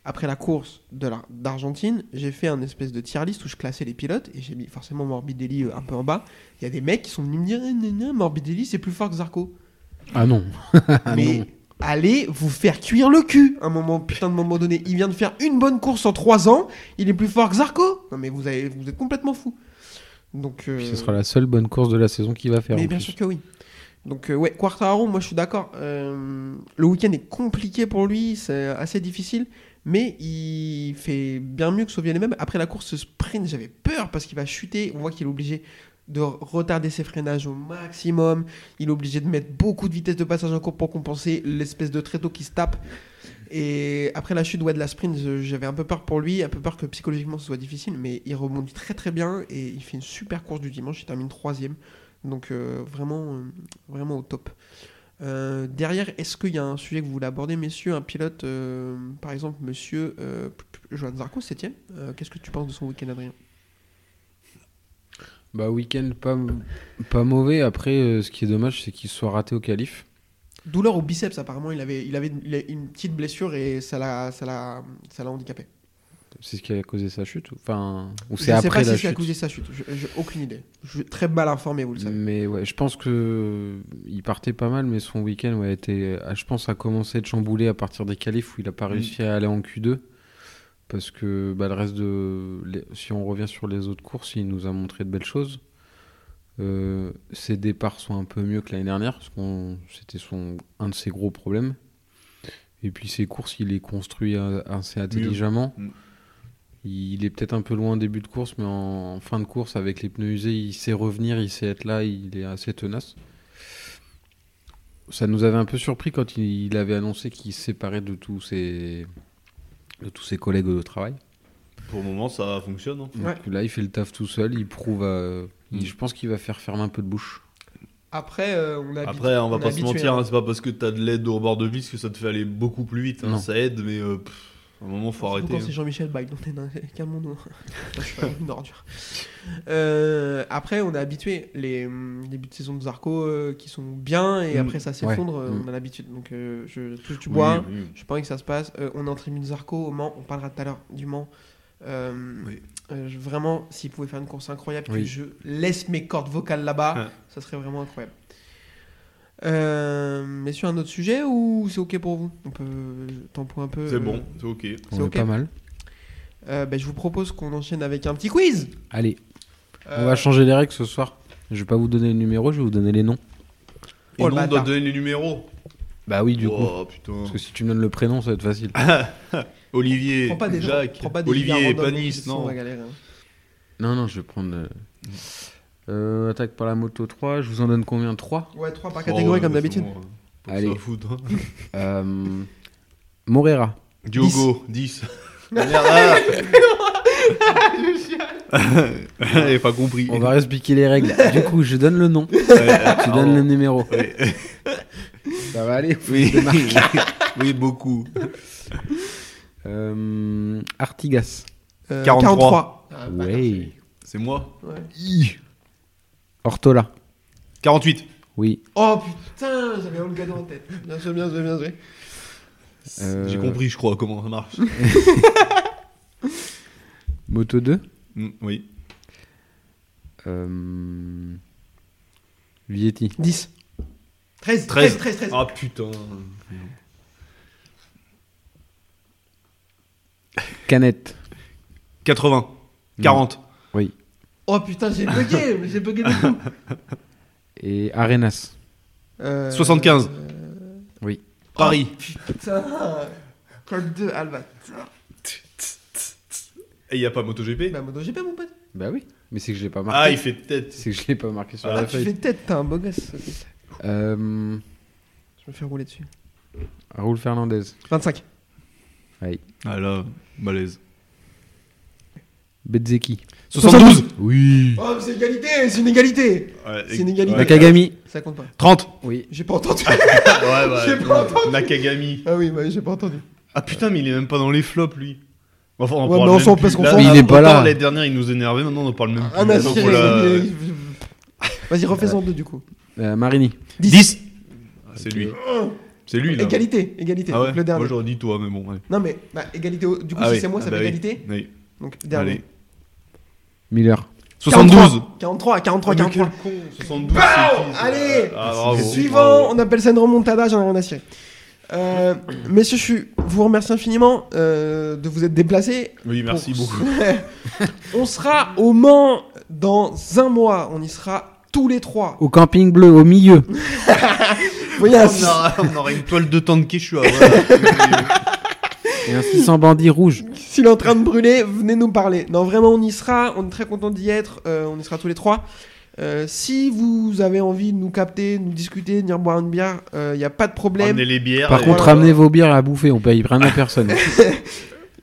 S1: après la course de la- d'Argentine, j'ai fait un espèce de tier list où je classais les pilotes et j'ai mis forcément Morbidelli euh, un peu en bas. Il y a des mecs qui sont venus me dire Eh, nan, nan, Morbidelli c'est plus fort que Zarco.
S2: Ah non.
S1: Mais
S2: non.
S1: allez vous faire cuire le cul un moment, putain de moment donné. Il vient de faire une bonne course en 3 ans, il est plus fort que Zarco. Non mais vous, avez, vous êtes complètement fou. Donc, euh,
S2: Puis ce sera la seule bonne course de la saison qu'il va faire.
S1: mais
S2: en
S1: bien
S2: plus.
S1: sûr que oui. Donc euh, ouais, Quartaro, moi je suis d'accord. Euh, le week-end est compliqué pour lui, c'est assez difficile, mais il fait bien mieux que Soviet même. Après la course sprint, j'avais peur parce qu'il va chuter. On voit qu'il est obligé de retarder ses freinages au maximum. Il est obligé de mettre beaucoup de vitesse de passage en courbe pour compenser l'espèce de tréteau qui se tape. Et après la chute ouais, de la sprint, je- j'avais un peu peur pour lui, un peu peur que psychologiquement ce soit difficile, mais il rebondit très très bien et il fait une super course du dimanche, il termine troisième. Donc euh, vraiment, euh, vraiment au top. Euh, derrière, est-ce qu'il y a un sujet que vous voulez aborder, messieurs Un pilote, euh, par exemple, monsieur euh, Johan Zarco, 7 Qu'est-ce que tu penses de son week-end, Adrien
S2: Bah, week-end pas, pas mauvais. Après, euh, ce qui est dommage, c'est qu'il soit raté au calife.
S1: Douleur au biceps, apparemment, il avait, il avait il a une petite blessure et ça l'a, ça l'a, ça l'a handicapé.
S2: C'est ce qui a causé sa chute ou- Enfin, ou
S1: Je
S2: c'est
S1: ne sais
S2: après
S1: pas
S2: la
S1: si c'est à
S2: chute
S1: cause de sa chute, Je- j'ai aucune idée. Je suis très mal informé, vous le savez.
S2: Mais ouais, je pense que euh, il partait pas mal, mais son week-end ouais, était, ah, je pense, a commencé de chambouler à partir des qualifs où il a
S1: Mm.
S2: pas réussi à aller en Q2. Parce que bah, le reste de. les- si on revient sur les autres courses, il nous a montré de belles choses. Euh, ses départs sont un peu mieux que l'année dernière, parce qu'on c'était son, un de ses gros problèmes. Et puis ses courses, il les construit euh, assez intelligemment.
S3: Mm.
S2: Il est peut-être un peu loin en début de course, mais en fin de course, avec les pneus usés, il sait revenir, il sait être là, il est assez tenace. Ça nous avait un peu surpris quand il il avait annoncé qu'il se séparait de tous ses, de tous ses collègues de travail.
S3: Pour le moment, ça fonctionne. hein.
S2: Donc là, il fait le taf tout seul, il prouve. à- il- je pense qu'il va faire fermer un peu de bouche.
S1: Après, euh, on a
S3: Après, on va
S1: est
S3: pas se
S1: habitué,
S3: mentir,
S1: hein.
S3: hein, c'est pas parce que t'as de l'aide au bord de piste que ça te fait aller beaucoup plus vite. hein.
S2: Non.
S3: Ça aide, mais euh, pff, à un moment, faut
S1: Surtout
S3: arrêter. hein.
S1: quand c'est Jean-Michel Bike, donc t'es dans- calmons-nous. hein. C'est une ordure. Euh, après, on a habitué les hum, débuts de saison de Zarco euh, qui sont bien et
S3: Mm.
S1: après ça s'effondre,
S2: Ouais.
S1: euh,
S2: Mm.
S1: on a l'habitude. Donc euh, je touche du
S3: Oui,
S1: bois,
S3: oui.
S1: je pense que ça se passe. Euh, on est en tribune Zarco au Mans, on parlera tout à l'heure du Mans. Euh,
S3: Oui.
S1: euh, je- vraiment, s'il pouvait faire une course incroyable,
S2: Oui.
S1: que je laisse mes cordes vocales là-bas,
S3: Ah.
S1: ça serait vraiment incroyable. Euh, mais sur un autre sujet ou c'est ok pour vous On peut tamponner un peu.
S3: C'est
S1: euh,
S3: bon, c'est ok.
S2: On
S1: C'est
S2: est
S1: ok.
S2: pas mal.
S1: euh, ben, je vous propose qu'on enchaîne avec un petit quiz.
S2: Allez, on
S1: Euh,
S2: va changer les règles ce soir. Je vais pas vous donner le numéro, je vais vous donner les noms.
S1: Oh,
S3: Et nous,
S1: le
S3: on doit
S1: bâtard.
S3: donner les numéros.
S2: Bah oui, du coup. Ah.
S3: Oh putain.
S2: Parce que si tu me donnes le prénom, ça va être facile.
S3: Olivier,
S1: Prends pas des gens-
S3: Jacques,
S1: prends pas des
S3: Olivier,
S1: gens random,
S3: Panis,
S1: ils sont
S3: non.
S1: à galérer, hein.
S2: Non, non, je vais prendre. euh, euh, attaque par la moto 3, je vous en donne combien 3
S1: Ouais, 3
S3: Oh,
S1: par catégorie
S3: euh,
S1: comme d'habitude.
S2: Allez.
S3: Allez.
S2: euh, Morera.
S3: Diogo, 10. Ah, J'avais pas compris. euh,
S2: On va expliquer les règles. Du coup, je donne le nom,
S3: Ouais,
S2: tu
S3: pardon.
S2: donnes le numéro.
S3: Ouais.
S2: Ça va aller
S3: Oui. oui, beaucoup.
S2: Euh, Artigas.
S1: Euh,
S3: 43.
S1: Ah, bah,
S2: Oui.
S3: C'est moi.
S1: c'est- ouais.
S2: Ortola.
S3: 48.
S2: Oui.
S1: Oh putain, j'avais Olga dans la tête. Bien joué, bien joué, bien joué.
S2: Euh,
S3: J'ai compris, je crois, comment ça marche.
S2: Moto 2.
S3: Mm, oui.
S2: Euh, Vietti.
S1: 10. 13, 13,
S3: Treize.
S1: 13, 13.
S3: Ah putain.
S2: Canette.
S3: 80.
S2: Mm.
S3: 40.
S2: Oui.
S1: Oh putain, j'ai bugué, j'ai bugué de fou.
S2: Et Arenas.
S1: Euh,
S3: 75.
S1: euh, Ah.
S3: Paris.
S1: Putain. Code 2, Alba.
S3: Et il n'y a pas MotoGP
S1: Bah, MotoGP, mon pote.
S2: Bah oui. Mais c'est que je l'ai pas
S3: Ah,
S2: marqué.
S3: il fait tête.
S2: c'est que je l'ai pas marqué sur
S3: Ah,
S1: Ah,
S2: la
S1: tu
S2: feuille.
S1: fais tête, t'es un beau gosse. Ok,
S2: Euh,
S1: Je me fais rouler dessus.
S2: Raoul Fernandez.
S1: 25.
S3: Ah là, malaise.
S2: Bezzeki.
S3: 72.
S2: Oui.
S1: Oh, mais c'est égalité, c'est une égalité.
S3: Ouais,
S1: C'est une égalité.
S2: Nakagami.
S1: Ça compte pas.
S3: 30.
S2: Oui.
S1: J'ai pas entendu.
S3: Ouais, bah,
S1: J'ai pas entendu.
S3: Nakagami.
S1: ah oui, bah, j'ai pas entendu.
S3: Ah putain, mais il est même pas dans les flops, lui. Enfin, on
S1: Ouais,
S3: parle
S1: mais on
S3: même
S1: s'en-
S3: plus.
S1: parce qu'on
S3: Là,
S1: s'en- Ah,
S2: Il est pas
S3: autant
S2: là.
S3: L'année dernière, il nous énervait. Maintenant, on en parle même plus.
S1: Un
S3: Donc,
S1: acier.
S3: on l'a-
S1: Vas-y, refais-en deux du coup.
S2: Euh, Marini.
S1: 10.
S3: Ah, C'est lui. C'est lui, là.
S1: Égalité, égalité.
S3: Ah ouais
S1: donc le dernier.
S3: Moi, j'aurais dit toi, mais bon. ouais.
S1: Non mais bah, égalité. au- Du coup,
S3: Ah
S1: si
S3: oui,
S1: c'est moi,
S3: ah
S1: ça
S3: bah
S1: fait
S3: oui,
S1: égalité.
S3: oui.
S1: Donc dernier.
S3: Allez.
S2: Miller.
S3: 72
S1: 43, 43, 43.
S3: Ah, mais quel con,
S1: Pow
S3: 72 c'est qui, ça
S1: Allez
S3: Ah, bravo.
S1: Suivant,
S3: Bravo.
S1: on appelle ça une remontada, j'en ai rien à cirer. Euh, messieurs, je suis- vous remercie infiniment euh, de vous être déplacés.
S3: Oui, merci
S1: Pour-
S3: beaucoup.
S1: on sera au Mans dans un mois. On y sera tous les trois.
S2: Au camping bleu, au milieu.
S1: Vous
S3: Oh
S1: voyez, un-
S3: on aurait une toile de temps de Quechua. voilà.
S2: Et un 600 bandits rouges.
S1: S'il est en train de brûler, venez nous parler. Non, vraiment, on y sera. On est très content d'y être. euh, on y sera tous les trois. Euh, si vous avez envie de nous capter, de nous discuter, de venir boire une bière, il n'y a pas de problème.
S3: Ramenez les bières.
S2: Par
S3: et
S2: contre,
S3: voilà.
S2: amenez vos bières à bouffer, on paye rien à personne.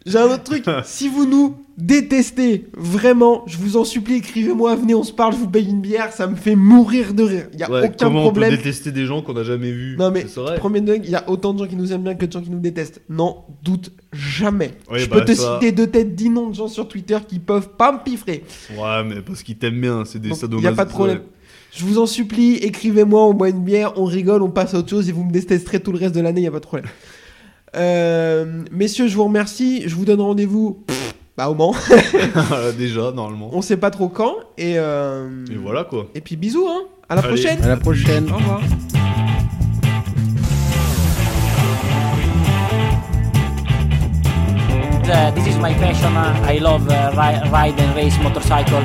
S1: J'ai un autre truc. si vous nous détestez, vraiment, je vous en supplie, écrivez-moi, venez, on se parle, je vous paye une bière. Ça me fait mourir de rire. Il n'y a
S3: Ouais,
S1: aucun
S3: comment on
S1: problème.
S3: peut détester des gens qu'on n'a jamais vus
S1: Non, mais
S3: C'est vrai.
S1: Premier dingue, il y a autant de gens qui nous aiment bien que de gens qui nous détestent. N'en doute jamais.
S3: Oui,
S1: je
S3: bah,
S1: peux te
S3: ça-
S1: citer deux têtes, dix noms de gens sur Twitter qui peuvent pas me piffrer.
S3: Ouais, mais parce qu'ils t'aiment bien, c'est des
S1: Donc, Il
S3: sadomas.
S1: n'y a pas de problème. Je vous en supplie, écrivez-moi, on boit une bière, on rigole, on passe à autre chose et vous me détesterez tout le reste de l'année, il n'y a pas de problème. Euh, messieurs, je vous remercie. Je vous donne rendez-vous pff, bah, au Mans.
S3: Voilà, Déjà, normalement.
S1: On sait pas trop quand. Et, euh,
S3: Et voilà quoi.
S1: et puis bisous, hein. à la
S3: Allez.
S1: prochaine.
S2: à la prochaine.
S1: Au revoir.
S4: Uh, this is my passion. Uh, I love uh, ri- ride and race motorcycle.